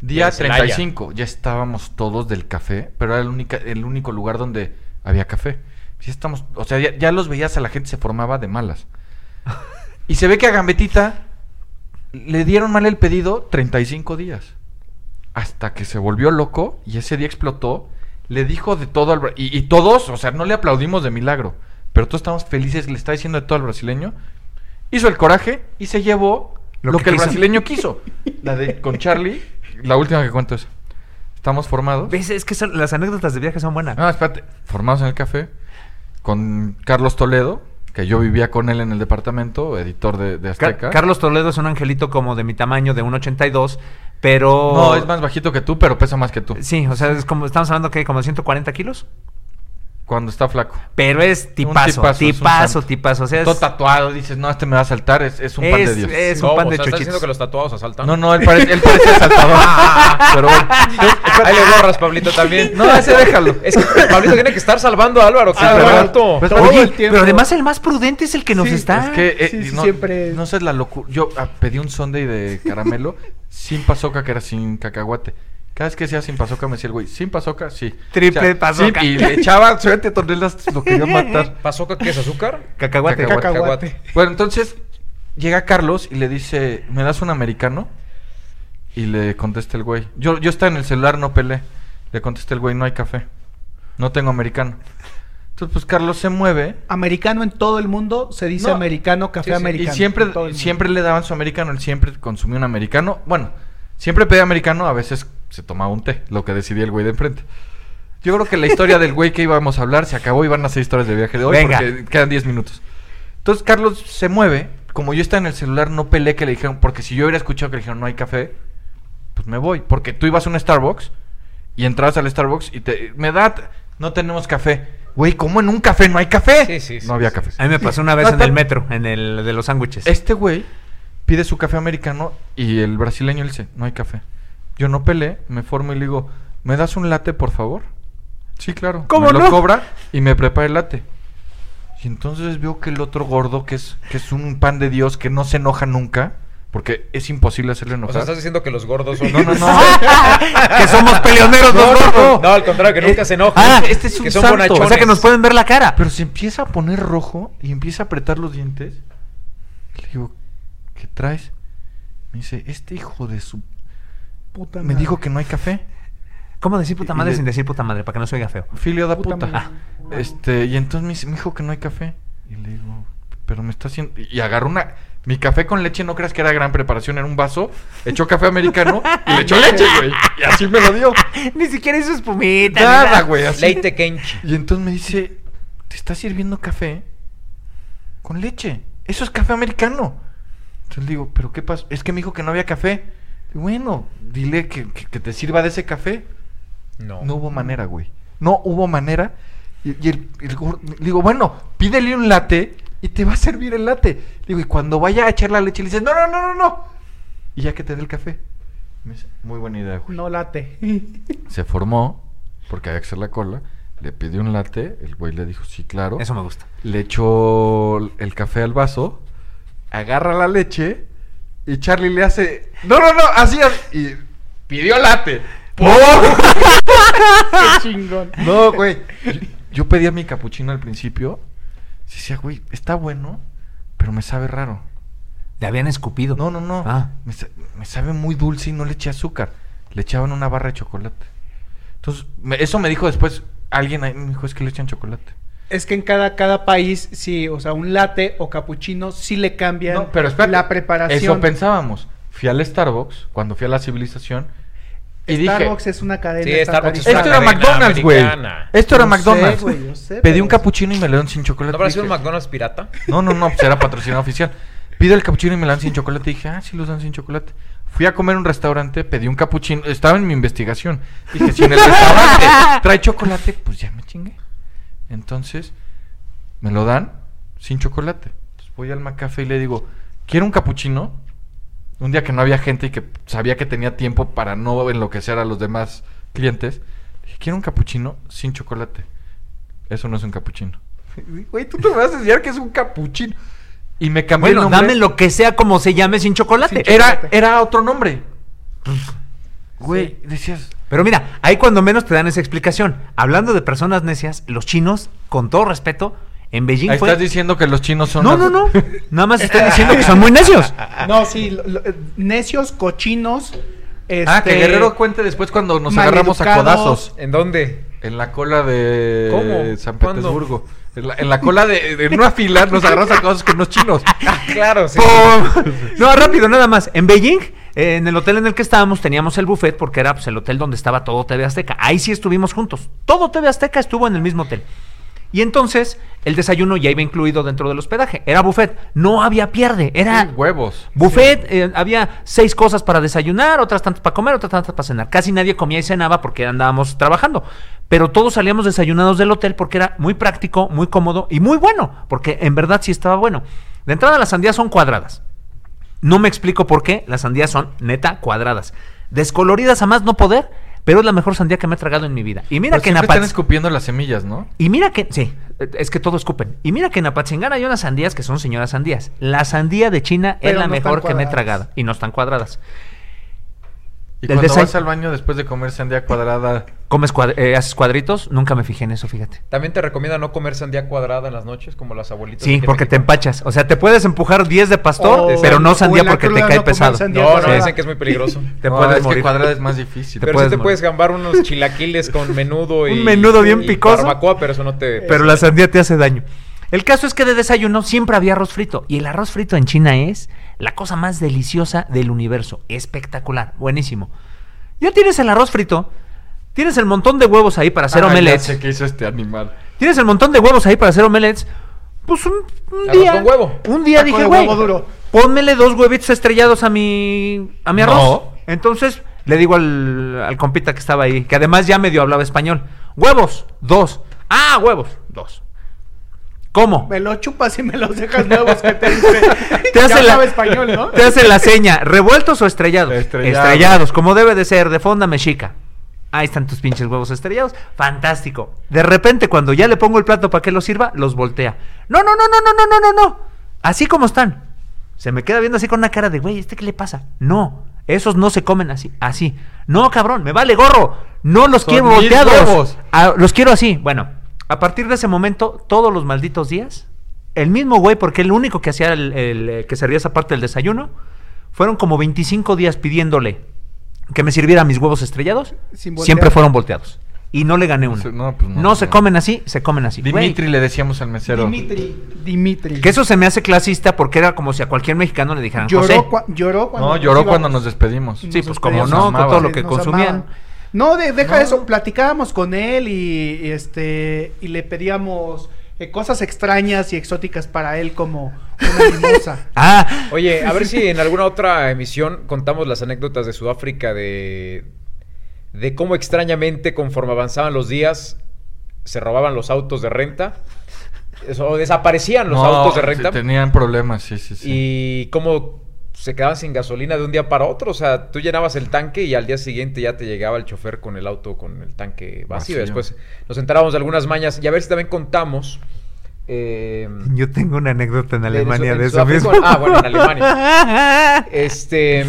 Speaker 4: Día
Speaker 2: De Celaya.
Speaker 4: 35, ya estábamos todos del café, pero era el, única- el único lugar donde había café. Ya estamos, o sea, ya, ya los veías a la gente, se formaba de malas. Y se ve que a Gambetita le dieron mal el pedido 35 días. Hasta que se volvió loco y ese día explotó. Le dijo de todo al bra- y, y todos, o sea, no le aplaudimos de milagro, pero todos estamos felices, le está diciendo de todo al brasileño. Hizo el coraje y se llevó
Speaker 3: Lo
Speaker 4: lo,
Speaker 3: que
Speaker 4: que, el
Speaker 3: quiso.
Speaker 4: brasileño quiso. La de con Charlie, la última que cuento es. Estamos formados.
Speaker 3: ¿Ves? Es que son- las anécdotas de viaje son buenas.
Speaker 4: Ah, espérate. Formados en el café con Carlos Toledo, que yo vivía con él en el departamento, editor de, de
Speaker 3: Ca-
Speaker 4: Azteca.
Speaker 3: Carlos Toledo es un angelito como de mi tamaño, de 1,82, pero...
Speaker 4: No, es más bajito que tú, pero pesa más que tú.
Speaker 3: Sí, o sea, es como, estamos hablando que como de 140 kilos.
Speaker 4: Cuando está flaco.
Speaker 3: Pero es tipazo,
Speaker 4: tipazo, es un
Speaker 3: tipazo,
Speaker 4: santo. Tota,
Speaker 3: tipazo. O sea, es,
Speaker 4: Todo tatuado, dices, no, este me va a saltar, es, es un pan de Dios.
Speaker 3: es un
Speaker 2: No,
Speaker 3: pan
Speaker 2: o
Speaker 3: de
Speaker 2: sea, ¿Estás diciendo
Speaker 3: chochitos.
Speaker 2: que los tatuados asaltan?
Speaker 4: No, no, él parece, él parece asaltador. pero bueno.
Speaker 2: Ahí le borras, Pablito, también.
Speaker 4: No, ese déjalo.
Speaker 2: Es que Pablito tiene que estar salvando a Álvaro.
Speaker 4: Ah,
Speaker 2: cabrón.
Speaker 4: ¿verdad? Pues,
Speaker 5: Todo
Speaker 3: Oye,
Speaker 5: el tiempo.
Speaker 3: pero además el más prudente es el que nos
Speaker 5: Sí,
Speaker 3: está...
Speaker 4: Es que eh,
Speaker 5: Sí, sí,
Speaker 4: no,
Speaker 5: siempre-
Speaker 4: no sé la locura. Yo ah, pedí un sundae de caramelo sin pasoca, que era sin cacahuate. Cada vez que sea sin pasoca me decía el güey, sin pasoca, sí.
Speaker 3: Triple pasoca.
Speaker 4: sí, y le echaba 20 toneladas, lo quería matar.
Speaker 2: ¿Pasó que es azúcar?
Speaker 3: Cacahuate.
Speaker 4: Cacahuate.
Speaker 2: Cacahuate.
Speaker 4: Bueno, entonces llega Carlos y le dice, ¿me das un americano? Y le contesta el güey, yo, yo estaba en el celular, no pelé. Le contesta el güey, no hay café. No tengo americano. Entonces, pues Carlos se mueve.
Speaker 5: Americano en todo el mundo se dice
Speaker 4: No.
Speaker 5: americano, café
Speaker 2: Sí, sí.
Speaker 4: Y
Speaker 5: americano.
Speaker 4: siempre,
Speaker 5: en todo el mundo.
Speaker 4: siempre le daban su americano, él siempre consumía un americano. Bueno, siempre pedía americano, a veces se tomaba un té, lo que decidía el güey de enfrente. Yo creo que la historia del güey que íbamos a hablar se acabó y van a ser historias de viaje de hoy
Speaker 3: Venga.
Speaker 4: porque quedan 10 minutos. Entonces Carlos se mueve, como yo estaba en el celular, no peleé que le dijeron, porque si yo hubiera escuchado que le dijeron no hay café, pues me voy. Porque tú ibas a un Starbucks y entrabas al Starbucks y te, me da, no tenemos café. Güey, ¿cómo en un café no hay café?
Speaker 2: Sí, sí, sí,
Speaker 4: no había
Speaker 2: sí,
Speaker 4: café.
Speaker 2: sí.
Speaker 3: A mí me pasó una vez
Speaker 4: No,
Speaker 3: en
Speaker 4: está-
Speaker 3: el metro, en el de los sándwiches.
Speaker 4: Este güey pide su café americano y el brasileño le dice, no hay café. Yo no peleé, me formo y le digo, ¿me das un latte, por favor? Sí, claro.
Speaker 3: ¿Cómo
Speaker 4: me
Speaker 3: no?
Speaker 4: lo cobra y me prepara el latte. Y entonces veo que el otro gordo, que es, que es un pan de Dios, que no se enoja nunca, porque es imposible hacerle
Speaker 2: O
Speaker 4: enojar.
Speaker 2: sea, estás diciendo que los gordos son.
Speaker 4: No, no, no.
Speaker 3: que somos peleoneros los
Speaker 4: No, no,
Speaker 3: gordos.
Speaker 2: No, al contrario, que nunca se enoja.
Speaker 3: Ah,
Speaker 4: este es un
Speaker 2: que son
Speaker 4: santo.
Speaker 2: bonachones.
Speaker 3: O sea que nos pueden ver la cara.
Speaker 4: Pero se empieza a poner rojo y empieza a apretar los dientes. Le digo, ¿qué traes? Me dice, este hijo de su...
Speaker 5: Puta
Speaker 4: Me
Speaker 5: madre.
Speaker 4: dijo que no hay café.
Speaker 3: ¿Cómo decir puta
Speaker 4: Y
Speaker 3: madre
Speaker 4: le-
Speaker 3: sin decir puta madre? Para que no se oiga feo.
Speaker 4: Filio da
Speaker 5: Puta
Speaker 4: puta.
Speaker 5: madre.
Speaker 4: Este, y entonces me, dice, me dijo que no hay café. Y le digo, pero me está haciendo. Y agarró una. Mi café con leche, no creas que era gran preparación, era un vaso. Echó café americano y le echó leche, güey. Y así me lo dio.
Speaker 3: Ni siquiera hizo espumita. ni
Speaker 4: Nada, güey, así.
Speaker 2: Leite Kenchi.
Speaker 4: Y entonces me dice, te está sirviendo café con leche. Eso es café americano. Entonces le digo, ¿pero qué pasó? Es que me dijo que no había café. Bueno, dile que- que- que te sirva de ese café.
Speaker 2: No.
Speaker 4: No hubo manera, güey. No hubo manera. Y, y el, el gor- le digo, bueno, pídele un latte y te va a servir el latte. Le digo, y cuando vaya a echar la leche, le dices, no, no, no, no, no. Y ya que te dé el café. Me dice, muy buena idea, güey.
Speaker 5: No late.
Speaker 4: Se formó, porque había que hacer la cola. Le pidió un latte, el güey le dijo, sí, claro.
Speaker 3: Eso me gusta.
Speaker 4: Le echó el café al vaso agarra la leche y Charlie le hace, no, no, no, así, así", y pidió late.
Speaker 5: chingón.
Speaker 4: No, güey. Yo, yo pedía mi capuchino al principio. Sí, decía, güey, está bueno, pero me sabe raro.
Speaker 3: Le habían escupido.
Speaker 4: No, no, no.
Speaker 3: Ah.
Speaker 4: Me, sa- me sabe muy dulce y no le eché azúcar. Le echaban una barra de chocolate. Entonces, me- eso me dijo después alguien ahí, me dijo, es que le echan chocolate.
Speaker 5: Es que en cada, cada país, sí, o sea, un latte o capuchino sí le cambian
Speaker 4: No, pero espérate.
Speaker 5: la preparación.
Speaker 4: Eso pensábamos. Fui al Starbucks, cuando fui a la civilización, y
Speaker 5: Starbucks
Speaker 4: dije...
Speaker 5: es una cadena.
Speaker 2: Sí, Starbucks es
Speaker 5: estatal.
Speaker 2: una
Speaker 4: Esto era
Speaker 2: cadena
Speaker 4: McDonald's, güey.
Speaker 2: americana.
Speaker 4: Esto era
Speaker 5: Yo sé,
Speaker 4: McDonald's.
Speaker 5: güey, yo sé,
Speaker 4: Pedí
Speaker 5: pero-
Speaker 4: un capuchino y me lo dieron sin chocolate.
Speaker 2: ¿No habrá sido un
Speaker 4: Dije,
Speaker 2: McDonald's pirata?
Speaker 4: No, no, no, pues era patrocinado oficial. Pido el capuchino y me lo dan sin chocolate. Dije, ah, sí los dan sin chocolate. Fui a comer a un restaurante, pedí un capuchino. Estaba en mi investigación. Dije, si en el restaurante trae chocolate, pues ya me chingué. Entonces, me lo dan sin chocolate. Entonces voy al Macafe y le digo, quiero un capuchino. Un día que no había gente y que sabía que tenía tiempo para no enloquecer a los demás clientes. Dije, quiero un capuchino sin chocolate. Eso no es un capuchino. Güey, tú te me vas a enseñar que es un capuchino. Y me cambié
Speaker 3: Bueno,
Speaker 4: el nombre.
Speaker 3: dame lo que sea como se llame sin chocolate.
Speaker 4: Era, era otro nombre. Güey, decías.
Speaker 3: Pero mira, ahí cuando menos te dan esa explicación. Hablando de personas necias, los chinos, con todo respeto, en Beijing
Speaker 4: Ahí
Speaker 3: fue...
Speaker 4: estás diciendo que los chinos son.
Speaker 3: no,
Speaker 4: las-
Speaker 3: no, no. Nada más estoy diciendo que son muy necios.
Speaker 5: Ah. No, sí, lo- lo- eh, necios, cochinos.
Speaker 4: Ah, que
Speaker 5: este,
Speaker 4: Guerrero cuente después cuando nos agarramos a
Speaker 5: maleducados.
Speaker 4: codazos.
Speaker 2: ¿En dónde?
Speaker 4: En la cola de
Speaker 2: ¿Cómo?
Speaker 4: San
Speaker 2: ¿Cuándo?
Speaker 4: Petersburgo. En la, en la cola de, de- en una fila nos agarramos a codazos con los chinos.
Speaker 2: Claro, sí.
Speaker 3: ¡Pum! No, rápido, nada más. En Beijing, eh, en el hotel en el que estábamos, teníamos el buffet porque era pues, el hotel donde estaba todo TV Azteca. Ahí sí estuvimos juntos. Todo TV Azteca estuvo en el mismo hotel. Y entonces, el desayuno ya iba incluido dentro del hospedaje. Era buffet. No había pierde. Era
Speaker 4: Huevos.
Speaker 3: Buffet, eh, había seis cosas para desayunar, otras tantas para comer, otras tantas para cenar. Casi nadie comía y cenaba porque andábamos trabajando. Pero todos salíamos desayunados del hotel porque era muy práctico, muy cómodo y muy bueno, porque en verdad sí estaba bueno. De entrada las sandías son cuadradas. No me explico por qué, las sandías son neta cuadradas. Descoloridas a más no poder, pero es la mejor sandía que me he tragado en mi vida. Y mira
Speaker 4: Pero
Speaker 3: que en
Speaker 4: siempre están
Speaker 3: Apatz-
Speaker 4: escupiendo las semillas, ¿no?
Speaker 3: y mira que, sí, es que todo escupen. Y mira que en Apatzingán hay unas sandías que son señoras sandías. La sandía de China es
Speaker 5: Pero
Speaker 3: la
Speaker 5: no están
Speaker 3: mejor que me he
Speaker 5: cuadradas.
Speaker 3: tragado. Y no están cuadradas.
Speaker 4: Y
Speaker 3: Del
Speaker 4: cuando
Speaker 3: desay-
Speaker 4: vas al baño después de comer sandía cuadrada.
Speaker 3: ¿Comes cuad- eh, haces cuadritos? Nunca me fijé en eso, fíjate.
Speaker 2: También te recomienda no comer sandía cuadrada en las noches, como las abuelitas.
Speaker 3: Sí,
Speaker 2: aquí en
Speaker 3: porque te
Speaker 2: México.
Speaker 3: empachas. O sea, te puedes empujar 10 de pastor,
Speaker 5: O-
Speaker 3: pero
Speaker 5: o
Speaker 3: no
Speaker 5: en
Speaker 3: sandía
Speaker 5: la
Speaker 3: porque te
Speaker 5: cruda
Speaker 3: cae
Speaker 5: no comer
Speaker 3: pesado.
Speaker 5: sandía
Speaker 2: No, no,
Speaker 5: cuadrada.
Speaker 2: dicen que es muy peligroso.
Speaker 3: Te
Speaker 4: No,
Speaker 3: puedes
Speaker 4: es
Speaker 3: morir.
Speaker 4: que cuadrada es más difícil.
Speaker 3: Te
Speaker 2: Pero
Speaker 3: puedes
Speaker 2: sí te
Speaker 3: morir.
Speaker 2: puedes gambar unos chilaquiles con menudo y.
Speaker 3: Un menudo bien
Speaker 2: y
Speaker 3: picoso. Eh,
Speaker 2: Barbacoa, pero eso no te.
Speaker 3: Pero la sandía te hace daño. El caso es que de desayuno siempre había arroz frito. Y el arroz frito en China es la cosa más deliciosa del universo. Espectacular, buenísimo. Ya tienes el arroz frito, tienes el montón de huevos ahí para hacer
Speaker 4: Ah, ya
Speaker 3: omelets.
Speaker 4: sé qué hizo este animal.
Speaker 3: Tienes el montón de huevos ahí para hacer omelets. Pues un, un
Speaker 2: Arroz
Speaker 3: día.
Speaker 2: con huevo.
Speaker 3: Un día
Speaker 5: Taco
Speaker 3: dije,
Speaker 5: de
Speaker 3: güey.
Speaker 5: huevo duro".
Speaker 3: Pónmele dos huevitos estrellados a mi. a mi arroz.
Speaker 4: No.
Speaker 3: Entonces le digo al, al compita que estaba ahí, que además ya medio hablaba español. Huevos, dos. Ah, huevos, dos. ¿Cómo?
Speaker 5: Me lo chupas y me los dejas nuevos que te hice.
Speaker 3: Te hace,
Speaker 5: ya
Speaker 3: la,
Speaker 5: sabe español, ¿no?
Speaker 3: te hace la seña, ¿revueltos o estrellados?
Speaker 4: Estrellados.
Speaker 3: Estrellados, como debe de ser, de fonda mexica. Ahí están tus pinches huevos estrellados. Fantástico. De repente, cuando ya le pongo el plato para que lo sirva, los voltea. No, no, no, no, no, no, no, no, no. Así como están. Se me queda viendo así con una cara de, güey, ¿este qué le pasa? No, esos no se comen así. Así. No, cabrón, me vale gorro. No los
Speaker 4: Son
Speaker 3: quiero
Speaker 4: mis
Speaker 3: volteados.
Speaker 4: huevos.
Speaker 3: Ah, los quiero así. Bueno, a partir de ese momento, todos los malditos días, el mismo güey, porque el único que hacía el, el, eh, que servía esa parte del desayuno, fueron como 25 días pidiéndole que me sirviera mis huevos estrellados.
Speaker 5: Sin voltear.
Speaker 3: Siempre fueron volteados. Y no le gané uno.
Speaker 4: No, pues no,
Speaker 3: se
Speaker 4: no.
Speaker 3: comen así, se comen así. Güey,
Speaker 4: Dimitri le decíamos al mesero.
Speaker 5: Dimitri. Dimitri.
Speaker 3: Que eso se me hace clasista porque era como si a cualquier mexicano le dijeran José.
Speaker 5: Lloró, cua- lloró cuando.
Speaker 4: No,
Speaker 5: nos
Speaker 4: lloró
Speaker 5: íbamos.
Speaker 4: cuando nos despedimos.
Speaker 3: Sí, pues como
Speaker 5: despedíamos.
Speaker 3: no,
Speaker 4: Nos
Speaker 3: con todo
Speaker 4: amaba.
Speaker 3: lo que
Speaker 5: nos
Speaker 3: consumían.
Speaker 5: amaban. No, de- deja
Speaker 4: No.
Speaker 5: eso. Platicábamos con él y, y este y le pedíamos eh, cosas extrañas y exóticas para él como una mimosa.
Speaker 3: Ah,
Speaker 2: Oye, a ver si en alguna otra emisión contamos las anécdotas de Sudáfrica de. de cómo extrañamente, conforme avanzaban los días, se robaban los autos de renta. Eso, O desaparecían los
Speaker 4: No,
Speaker 2: autos de
Speaker 4: sí,
Speaker 2: renta.
Speaker 4: Tenían problemas, sí, sí, sí.
Speaker 2: Y cómo se quedaban sin gasolina de un día para otro. O sea, tú llenabas el tanque y al día siguiente ya te llegaba el chofer con el auto, con el tanque vacío.
Speaker 4: Vacío.
Speaker 2: Después nos enterábamos de algunas mañas. Y a ver si también contamos eh,
Speaker 3: Yo tengo una anécdota en Alemania
Speaker 2: en
Speaker 3: de eso
Speaker 2: Sudáfrica.
Speaker 3: mismo.
Speaker 2: Ah, bueno, en Alemania. Este,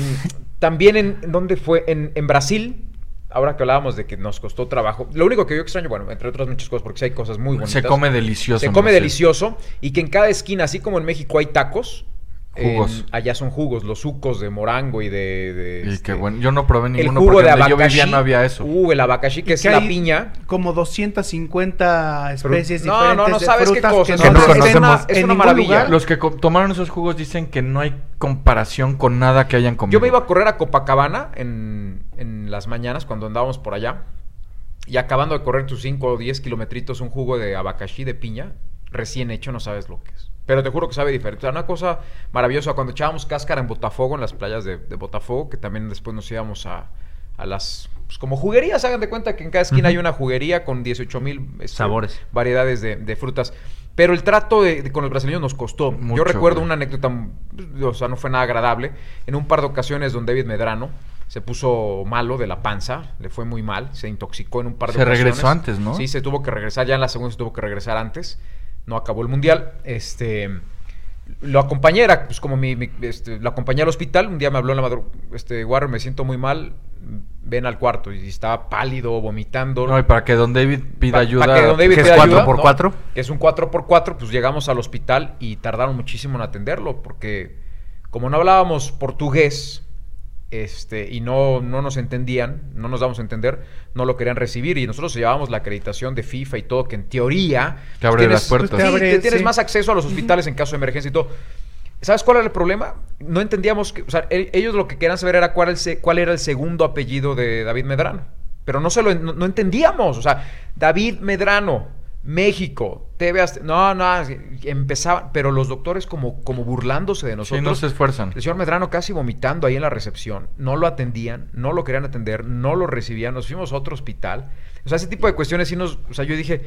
Speaker 2: también en, ¿dónde fue? En, en Brasil. Ahora que hablábamos de que nos costó trabajo. Lo único que yo extraño, bueno, entre otras muchas cosas, porque sí hay cosas muy bonitas.
Speaker 4: Se come delicioso.
Speaker 2: Se
Speaker 4: en
Speaker 2: come
Speaker 4: Brasil.
Speaker 2: delicioso y que en cada esquina, así como en México hay tacos, en-
Speaker 4: Jugos.
Speaker 2: allá son jugos, los sucos de morango y de. de,
Speaker 4: Y
Speaker 2: este,
Speaker 4: qué bueno. Yo no probé
Speaker 2: El
Speaker 4: ninguno
Speaker 2: jugo
Speaker 4: porque
Speaker 2: de
Speaker 4: donde
Speaker 2: abacaxi.
Speaker 4: yo vivía no había eso.
Speaker 2: Uh, el abacaxi, que es
Speaker 5: que
Speaker 2: la
Speaker 5: hay
Speaker 2: piña.
Speaker 5: como 250 especies
Speaker 2: No,
Speaker 5: diferentes
Speaker 2: no, no
Speaker 5: de
Speaker 2: sabes qué
Speaker 5: frutas
Speaker 2: cosas,
Speaker 3: que no
Speaker 5: existen
Speaker 3: conocemos.
Speaker 2: Es
Speaker 5: en
Speaker 2: una
Speaker 5: ningún
Speaker 2: maravilla.
Speaker 5: lugar.
Speaker 4: Los que co- tomaron esos jugos dicen que no hay comparación con nada que hayan comido.
Speaker 2: Yo me iba a correr a Copacabana en, en las mañanas cuando andábamos por allá. Y acabando de correr tus 5 o 10 kilometritos, un jugo de abacaxi de piña, recién hecho, no sabes lo que es. Pero te juro que sabe diferente. O sea, una cosa maravillosa. Cuando echábamos cáscara en Botafogo, en las playas de, de Botafogo, que también después nos íbamos a, a las. pues, como juguerías, hagan de cuenta que en cada esquina hay una juguería con 18 mil este,
Speaker 3: Sabores.
Speaker 2: variedades de, de frutas. Pero el trato de- de- con los brasileños nos costó. Yo
Speaker 4: Mucho,
Speaker 2: recuerdo
Speaker 4: güey.
Speaker 2: una anécdota, mm, o sea, no fue nada agradable. En un par de ocasiones, don David Medrano se puso malo de la panza, le fue muy mal, se intoxicó en un par de
Speaker 4: Se
Speaker 2: ocasiones.
Speaker 4: regresó antes, ¿no?
Speaker 2: Sí, se tuvo que regresar, ya en la segunda se tuvo que regresar antes. No acabó el mundial. Este. Lo acompañé, era pues como mi. mi, este, lo acompañé al hospital. Un día me habló en la madrugada, este, Warren, me siento muy mal. Ven al cuarto. Y estaba pálido, vomitando.
Speaker 4: No, y para que Don David pida
Speaker 2: Pa-
Speaker 4: ayuda.
Speaker 2: pa' que don David
Speaker 3: ¿Qué es
Speaker 2: pida
Speaker 3: cuatro
Speaker 2: ayuda,
Speaker 3: por
Speaker 2: ¿no?
Speaker 3: cuatro?
Speaker 2: Que es un 4x4, pues llegamos al hospital y tardaron muchísimo en atenderlo, porque como no hablábamos portugués este, y no, no nos entendían, no nos damos a entender, no lo querían recibir y nosotros llevábamos la acreditación de FIFA y todo, que en teoría... pues,
Speaker 4: Te abre
Speaker 2: tienes-
Speaker 4: las puertas.
Speaker 2: sí,
Speaker 5: Te abre,
Speaker 2: que tienes
Speaker 5: sí.
Speaker 2: más acceso a los hospitales en caso de emergencia y todo. ¿Sabes cuál era el problema? No entendíamos, que, o sea, e- ellos lo que querían saber era cuál, el se- cuál era el segundo apellido de David Medrano. Pero no se lo en- no, no entendíamos, o sea, David Medrano, México, TV Azte- no, no, así, empezaban, pero los doctores como, como burlándose de
Speaker 4: Sí,
Speaker 2: nosotros.
Speaker 4: no se esfuerzan.
Speaker 2: El señor Medrano casi vomitando ahí en la recepción. No lo atendían, no lo querían atender, no lo recibían. Nos fuimos a otro hospital. O sea, ese tipo de cuestiones sí nos. O sea, yo dije.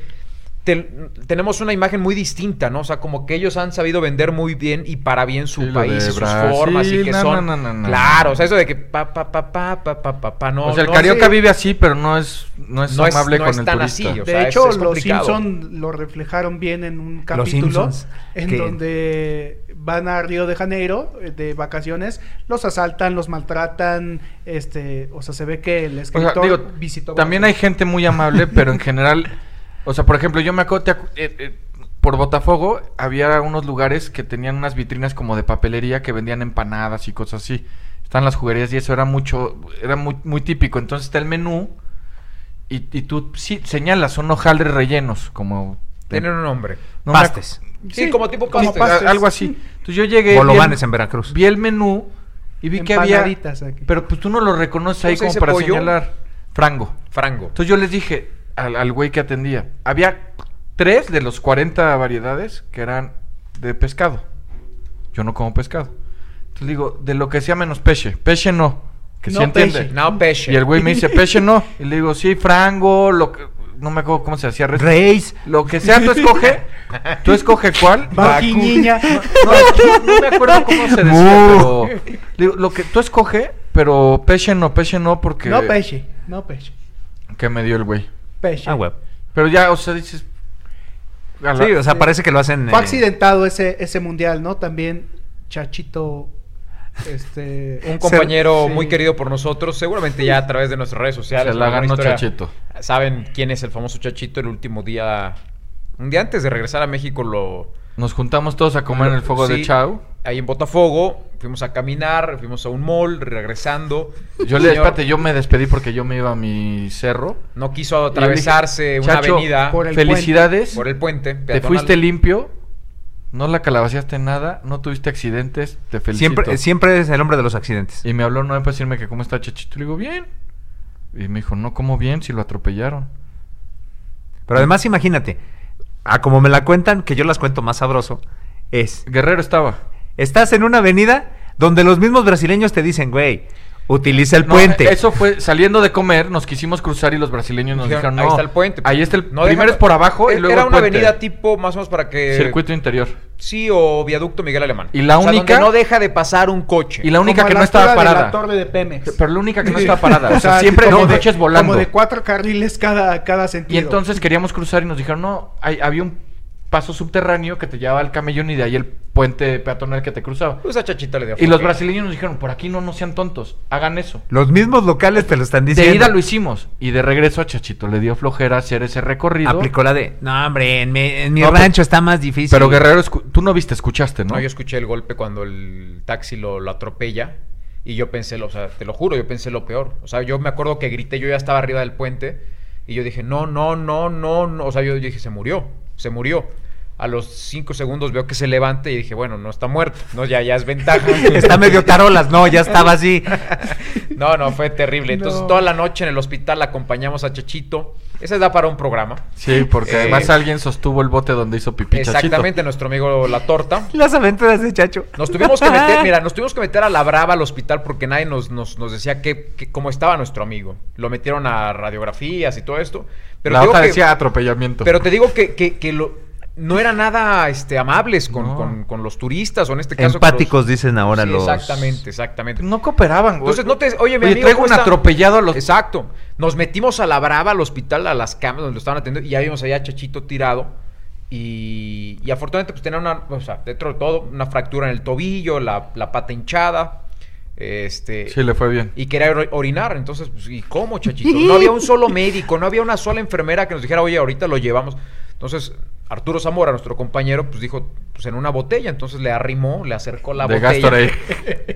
Speaker 2: "Te- tenemos una imagen muy distinta, ¿no? O sea, como que ellos han sabido vender muy bien y para bien su
Speaker 4: Sí, lo
Speaker 2: país
Speaker 4: de
Speaker 2: y sus
Speaker 4: Brasil,
Speaker 2: formas y que
Speaker 4: no,
Speaker 2: son.
Speaker 4: no, no, no, no.
Speaker 2: claro, o sea, eso de que pa, pa, pa, pa, pa, pa, pa, pa, no.
Speaker 4: o sea, el
Speaker 2: no
Speaker 4: carioca
Speaker 2: sé.
Speaker 4: vive así, pero no es, no es
Speaker 2: No es-
Speaker 4: amable
Speaker 2: no
Speaker 4: con
Speaker 2: es
Speaker 4: el
Speaker 2: tan
Speaker 4: turista.
Speaker 2: así, o
Speaker 5: De
Speaker 2: sea, es-
Speaker 5: hecho,
Speaker 2: es
Speaker 5: los
Speaker 2: complicado.
Speaker 5: Simpson lo reflejaron bien en un capítulo
Speaker 3: Simpsons,
Speaker 5: en
Speaker 3: que-
Speaker 5: donde van a Río de Janeiro eh, de vacaciones, los asaltan, los maltratan, este, o sea, se ve que el
Speaker 4: O sea,
Speaker 5: escritor
Speaker 4: digo,
Speaker 5: visitó
Speaker 4: también hay gente muy amable, pero en general, o sea, por ejemplo, yo me acuerdo, te acu- eh, eh, por Botafogo había unos lugares que tenían unas vitrinas como de papelería que vendían empanadas y cosas así. Están las juguerías y eso era mucho, era muy, muy típico. Entonces está el menú y, y tú sí, señalas, son hojaldres rellenos, como...
Speaker 2: Tienen un nombre.
Speaker 4: no me acu-
Speaker 3: Pastes.
Speaker 2: Sí, como tipo Ah,
Speaker 4: como
Speaker 2: pastes.
Speaker 4: pastes, Algo así. Entonces yo llegué... vi el-
Speaker 3: Bolovanes en Veracruz.
Speaker 4: Vi el menú y vi que había...
Speaker 5: Empanaditas aquí.
Speaker 4: Pero pues tú no lo reconoces
Speaker 2: ¿Cómo
Speaker 4: ahí
Speaker 2: se
Speaker 4: como
Speaker 2: dice
Speaker 4: para
Speaker 2: pollo?
Speaker 4: señalar. Frango.
Speaker 2: ah, Frango.
Speaker 4: Entonces yo les dije al al güey que atendía, había tres de los 40 variedades que eran de pescado. Yo no como pescado. Entonces digo, de lo que sea menos peche. Peche no. Que
Speaker 5: No
Speaker 4: sí entiende.
Speaker 5: peche.
Speaker 2: No, peche.
Speaker 4: Y el güey me dice, peche no. Y le digo, sí, frango, lo que... No me acuerdo cómo se hacía. res-
Speaker 3: Reis.
Speaker 4: Lo que sea, tú escoge. Tú escoge cuál.
Speaker 5: Baqui,
Speaker 4: Bakú.
Speaker 5: niña.
Speaker 4: No, no, no me acuerdo cómo se decía, pero... le digo, lo que tú escoge, pero peche no, peche no, porque...
Speaker 5: No peche, no peche.
Speaker 4: Que me dio el güey.
Speaker 5: Peche.
Speaker 3: Ah, web.
Speaker 4: Pero ya, o sea, dices. a la-
Speaker 3: Sí, o sea, parece que lo hacen.
Speaker 5: Fue
Speaker 3: eh,
Speaker 5: accidentado ese ese mundial, ¿no? También Chachito este
Speaker 2: Un compañero
Speaker 5: Sí.
Speaker 2: muy querido por nosotros, seguramente ya a través de nuestras redes sociales.
Speaker 4: Se la
Speaker 2: alguna
Speaker 4: ganó
Speaker 2: historia,
Speaker 4: Chachito.
Speaker 2: Saben quién es el famoso Chachito el último día. Un día antes de regresar a México lo.
Speaker 4: Nos juntamos todos a comer en el fuego
Speaker 2: sí,
Speaker 4: de Chau.
Speaker 2: Ahí en Botafogo, fuimos a caminar, fuimos a un mall, regresando.
Speaker 4: Yo
Speaker 2: El
Speaker 4: le,
Speaker 2: señor
Speaker 4: espérate, yo me despedí porque yo me iba a mi cerro.
Speaker 2: No quiso
Speaker 4: Y le dije,
Speaker 2: atravesarse una
Speaker 4: "Chacho,
Speaker 2: avenida
Speaker 5: por el
Speaker 4: felicidades.
Speaker 2: por el puente.
Speaker 4: te
Speaker 2: peatonal.
Speaker 4: fuiste limpio. No la calabaceaste en nada. No tuviste accidentes. Te felicito.
Speaker 3: siempre, eh, siempre es el hombre de los accidentes.
Speaker 4: Y me habló no para decirme que cómo está Chachito. Le digo, bien. Y me dijo, no, ¿cómo bien? Si lo atropellaron.
Speaker 3: Pero además, imagínate, a como me la cuentan, que yo las cuento más sabroso, es.
Speaker 4: Guerrero estaba.
Speaker 3: Estás en una avenida donde los mismos brasileños te dicen, güey, utiliza el
Speaker 4: No,
Speaker 3: puente.
Speaker 4: Eso fue saliendo de comer, nos quisimos cruzar y los brasileños nos dijeron,
Speaker 2: Dijeron,
Speaker 4: no,
Speaker 2: ahí está el puente. pues".
Speaker 4: Ahí está el
Speaker 2: No
Speaker 4: primero
Speaker 2: dejan-
Speaker 4: es por abajo y
Speaker 2: Era
Speaker 4: luego
Speaker 2: Era
Speaker 4: el
Speaker 2: una
Speaker 4: puente.
Speaker 2: avenida tipo, más o menos para que.
Speaker 4: circuito interior.
Speaker 2: Sí, o viaducto Miguel Alemán.
Speaker 4: Y la
Speaker 2: O sea, donde
Speaker 4: única-
Speaker 2: no deja de pasar un coche.
Speaker 4: Y la única
Speaker 5: Como a
Speaker 4: que
Speaker 5: la
Speaker 4: no estaba
Speaker 5: altura de
Speaker 4: parada.
Speaker 5: la torre de Pemex.
Speaker 4: Pero la única que no estaba parada, o sea, siempre
Speaker 5: como
Speaker 4: los
Speaker 5: de-
Speaker 4: coches volando.
Speaker 5: Como de cuatro carriles cada, cada sentido.
Speaker 4: y entonces queríamos cruzar y nos dijeron, no, hay- había un paso subterráneo que te llevaba al camellón y de ahí el puente peatonal que te cruzaba.
Speaker 2: Pues a Chachita le dio
Speaker 4: Y los
Speaker 2: flojera.
Speaker 4: brasileños nos dijeron, por aquí no, no sean tontos, hagan eso.
Speaker 3: Los mismos locales te lo están
Speaker 4: De
Speaker 3: diciendo.
Speaker 4: ida lo hicimos y de regreso a Chachito le dio flojera hacer ese recorrido.
Speaker 3: Aplicó la de. No, hombre, en mi, en mi
Speaker 4: No, pero-
Speaker 3: rancho está más difícil.
Speaker 4: Pero Guerrero, escu- tú no viste, escuchaste, ¿no?
Speaker 2: No, yo escuché el golpe cuando el taxi lo, lo atropella y yo pensé, lo- o sea, te lo juro, yo pensé lo peor. O sea, yo me acuerdo que grité, yo ya estaba arriba del puente y yo dije, no, no, no, no, no. O sea, yo, yo dije, se murió, se murió. A los cinco segundos veo que se levanta y dije, bueno, no está muerto, no, ya, ya es ventaja.
Speaker 3: Está medio tarolas, no, ya estaba así.
Speaker 2: No, no, fue terrible. Entonces,
Speaker 5: No.
Speaker 2: toda la noche en el hospital acompañamos a Chachito. Esa da para un programa.
Speaker 4: Sí, porque
Speaker 2: Eh,
Speaker 4: además alguien sostuvo el bote donde hizo pipí
Speaker 2: Exactamente, nuestro amigo La Torta.
Speaker 3: Las aventuras de Chacho.
Speaker 2: Nos tuvimos que meter, mira, nos tuvimos que meter a la brava al hospital porque nadie nos, nos, nos decía que, que- cómo estaba nuestro amigo. Lo metieron a radiografías y todo esto. Pero
Speaker 4: la
Speaker 2: digo
Speaker 4: otra
Speaker 2: que-
Speaker 4: decía atropellamiento.
Speaker 2: Pero te digo que, que- que lo- no era nada este, amables con,
Speaker 4: No.
Speaker 2: con- con los turistas o en este caso... con los-
Speaker 3: Empáticos, dicen ahora
Speaker 2: Sí,
Speaker 3: los.
Speaker 2: Exactamente, exactamente.
Speaker 4: no cooperaban, güey.
Speaker 2: Entonces no te... Oye, mi
Speaker 4: Oye,
Speaker 2: amigo,
Speaker 4: traigo
Speaker 2: ¿cómo
Speaker 4: un
Speaker 2: está?
Speaker 4: atropellado a los...
Speaker 2: Exacto. Nos metimos a la brava al hospital, a las camas donde lo estaban atendiendo, y ya vimos allá a Chachito tirado. Y, y afortunadamente, pues tenía una, o sea, dentro de todo, una fractura en el tobillo, la, la pata hinchada. Este.
Speaker 4: Sí, le fue bien.
Speaker 2: Y quería or- orinar, entonces, pues, ¿y cómo, Chachito? No había un solo médico, no había una sola enfermera que nos dijera, oye, ahorita lo llevamos. Entonces, Arturo Zamora, nuestro compañero, pues dijo, pues en una botella, entonces le arrimó, le acercó la
Speaker 4: de
Speaker 2: botella
Speaker 4: Gatorade.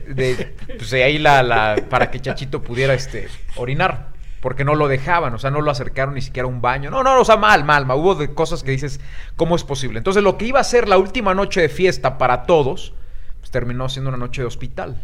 Speaker 2: de, pues, de ahí la, la- para que Chachito pudiera este, orinar. Porque no lo dejaban, o sea, no lo acercaron ni siquiera a un baño. No, no, o sea, mal, mal, mal. Hubo de cosas que dices, ¿cómo es posible? Entonces, lo que iba a ser la última noche de fiesta para todos, pues terminó siendo una noche de hospital.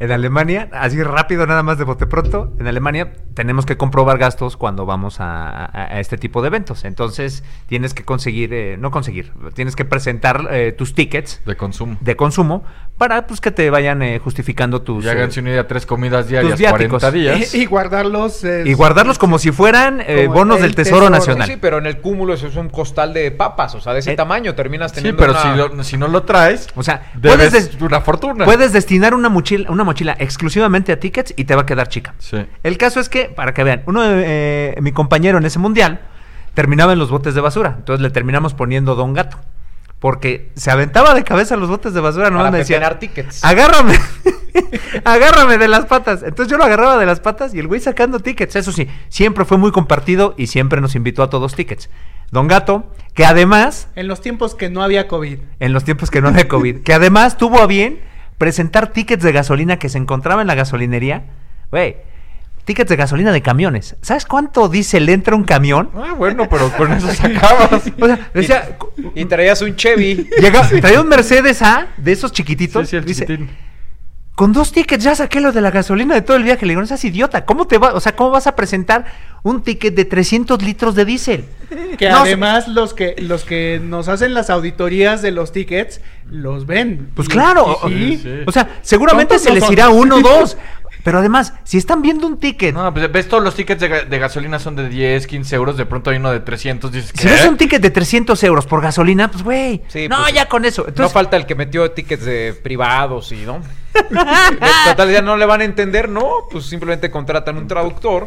Speaker 3: En Alemania, así rápido nada más de bote pronto, en Alemania tenemos que comprobar gastos cuando vamos a, a- a este tipo de eventos. Entonces tienes que conseguir, eh, no conseguir, tienes que presentar eh, tus tickets
Speaker 4: De consumo.
Speaker 3: de consumo para pues que te vayan eh, justificando tus...
Speaker 4: Y háganse
Speaker 3: eh,
Speaker 4: una idea, tres comidas diarias,
Speaker 3: Tus viáticos.
Speaker 4: 40
Speaker 2: Eh,
Speaker 4: días.
Speaker 5: Y, y guardarlos. eh,
Speaker 3: y guardarlos como si fueran eh,
Speaker 5: Como
Speaker 3: bonos
Speaker 5: el
Speaker 3: del Tesoro,
Speaker 5: tesoro.
Speaker 2: Sí,
Speaker 3: Nacional.
Speaker 2: sí, pero en el cúmulo eso es un costal de papas, o sea, de ese
Speaker 3: Eh,
Speaker 2: tamaño terminas
Speaker 4: Sí,
Speaker 2: teniendo
Speaker 4: pero
Speaker 2: una-
Speaker 4: si, lo- si no lo traes,
Speaker 3: O sea,
Speaker 4: debes
Speaker 3: puedes, des-
Speaker 4: una fortuna.
Speaker 3: puedes destinar una mochila, una mochila exclusivamente a tickets y te va a quedar chica.
Speaker 4: Sí.
Speaker 3: El caso es que, para que vean, uno de eh, mi compañero en ese mundial terminaba en los botes de basura. Entonces le terminamos poniendo Don Gato. Porque se aventaba de cabeza a los botes de basura,
Speaker 2: para
Speaker 3: nomás me decía,
Speaker 2: pepenar tickets.
Speaker 3: agárrame, agárrame de las patas. Entonces yo lo agarraba de las patas y el güey sacando tickets. Eso sí, siempre fue muy compartido y siempre nos invitó a todos tickets. Don Gato, que además,
Speaker 5: En los tiempos que no había COVID.
Speaker 3: en los tiempos que no había COVID, que además tuvo a bien presentar tickets de gasolina que se encontraba en la gasolinería. Güey, tickets de gasolina de camiones. ¿Sabes cuánto diésel entra un camión?
Speaker 4: Ah, bueno, pero con eso sacabas.
Speaker 3: O sea,
Speaker 2: Y-
Speaker 3: decía, cu-
Speaker 2: y, traías un Chevy.
Speaker 3: llega- traía un Mercedes A de esos
Speaker 4: Sí,
Speaker 3: chiquititos.
Speaker 4: sí, el
Speaker 3: dice,
Speaker 4: chiquitín.
Speaker 3: con dos tickets ya saqué los de la gasolina de todo el viaje. Le digo, no seas idiota, ¿cómo te va? O sea, ¿cómo vas a presentar un ticket de 300 litros de diésel?
Speaker 5: Que
Speaker 3: No,
Speaker 5: además los que los que nos hacen las auditorías de los tickets los ven.
Speaker 3: Pues
Speaker 5: Y-
Speaker 3: claro, Pues
Speaker 5: y- y-
Speaker 4: Sí, sí.
Speaker 3: O sea, seguramente
Speaker 5: Tontos
Speaker 3: se
Speaker 5: no
Speaker 3: les
Speaker 5: son.
Speaker 3: irá uno o dos. Pero además, si están viendo un ticket
Speaker 4: No, pues ves todos los tickets de, ga- de gasolina son de 10, 15 euros, de pronto hay uno de 300, dices
Speaker 3: Si
Speaker 4: ¿qué?
Speaker 3: ves un ticket de 300 euros por gasolina, pues güey.
Speaker 2: ¿Eh? Sí,
Speaker 3: no,
Speaker 2: pues,
Speaker 3: ya con eso.
Speaker 2: No
Speaker 3: Entonces,
Speaker 2: falta el que metió tickets de privados y no. De- Total, ya no le van a entender, no. Pues simplemente contratan un traductor.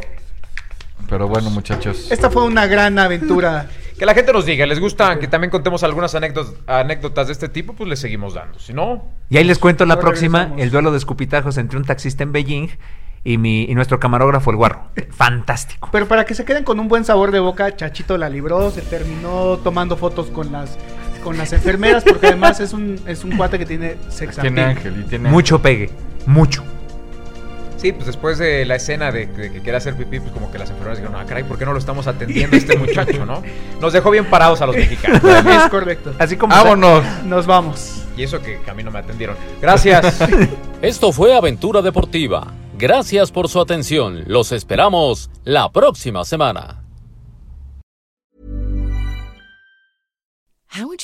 Speaker 4: Pero bueno, muchachos.
Speaker 3: Este
Speaker 5: Esta fue una gran aventura.
Speaker 2: Que la gente nos diga, ¿les gusta que también contemos algunas anécdotas, anécdotas de este tipo? Pues les seguimos dando. Si no,
Speaker 3: y ahí les cuento la
Speaker 5: No
Speaker 3: próxima,
Speaker 5: regresamos.
Speaker 3: el duelo de escupitajos entre un taxista en Beijing y, mi, y nuestro camarógrafo, el guarro. Fantástico.
Speaker 5: Pero para que se queden con un buen sabor de boca, Chachito la libró, se terminó tomando fotos con las con las enfermeras porque además es un es un cuate que tiene sex
Speaker 4: Tiene
Speaker 5: appeal.
Speaker 4: ángel y tiene
Speaker 3: Mucho pegue, mucho.
Speaker 2: sí, pues después de la escena de, de que quiere hacer pipí, pues como que las enfermeras dijeron, ah, caray, ¿por qué no lo estamos atendiendo a este muchacho, no? Nos dejó bien parados a los mexicanos.
Speaker 5: Es correcto.
Speaker 3: Así como.
Speaker 4: ¡Vámonos!
Speaker 5: Nos vamos.
Speaker 2: Y eso que a mí no me atendieron. Gracias.
Speaker 7: Esto fue Aventura Deportiva. Gracias por su atención. Los esperamos la próxima semana.
Speaker 8: How would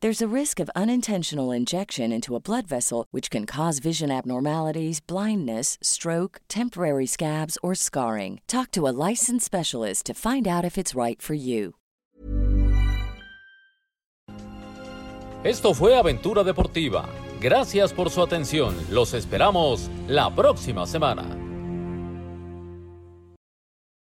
Speaker 8: There's a risk of unintentional injection into a blood vessel, which can cause vision abnormalities, blindness, stroke, temporary scabs, or scarring. Talk to a licensed specialist to find out if it's right for you.
Speaker 7: Esto fue Aventura Deportiva. Gracias por su atención. Los esperamos la próxima semana.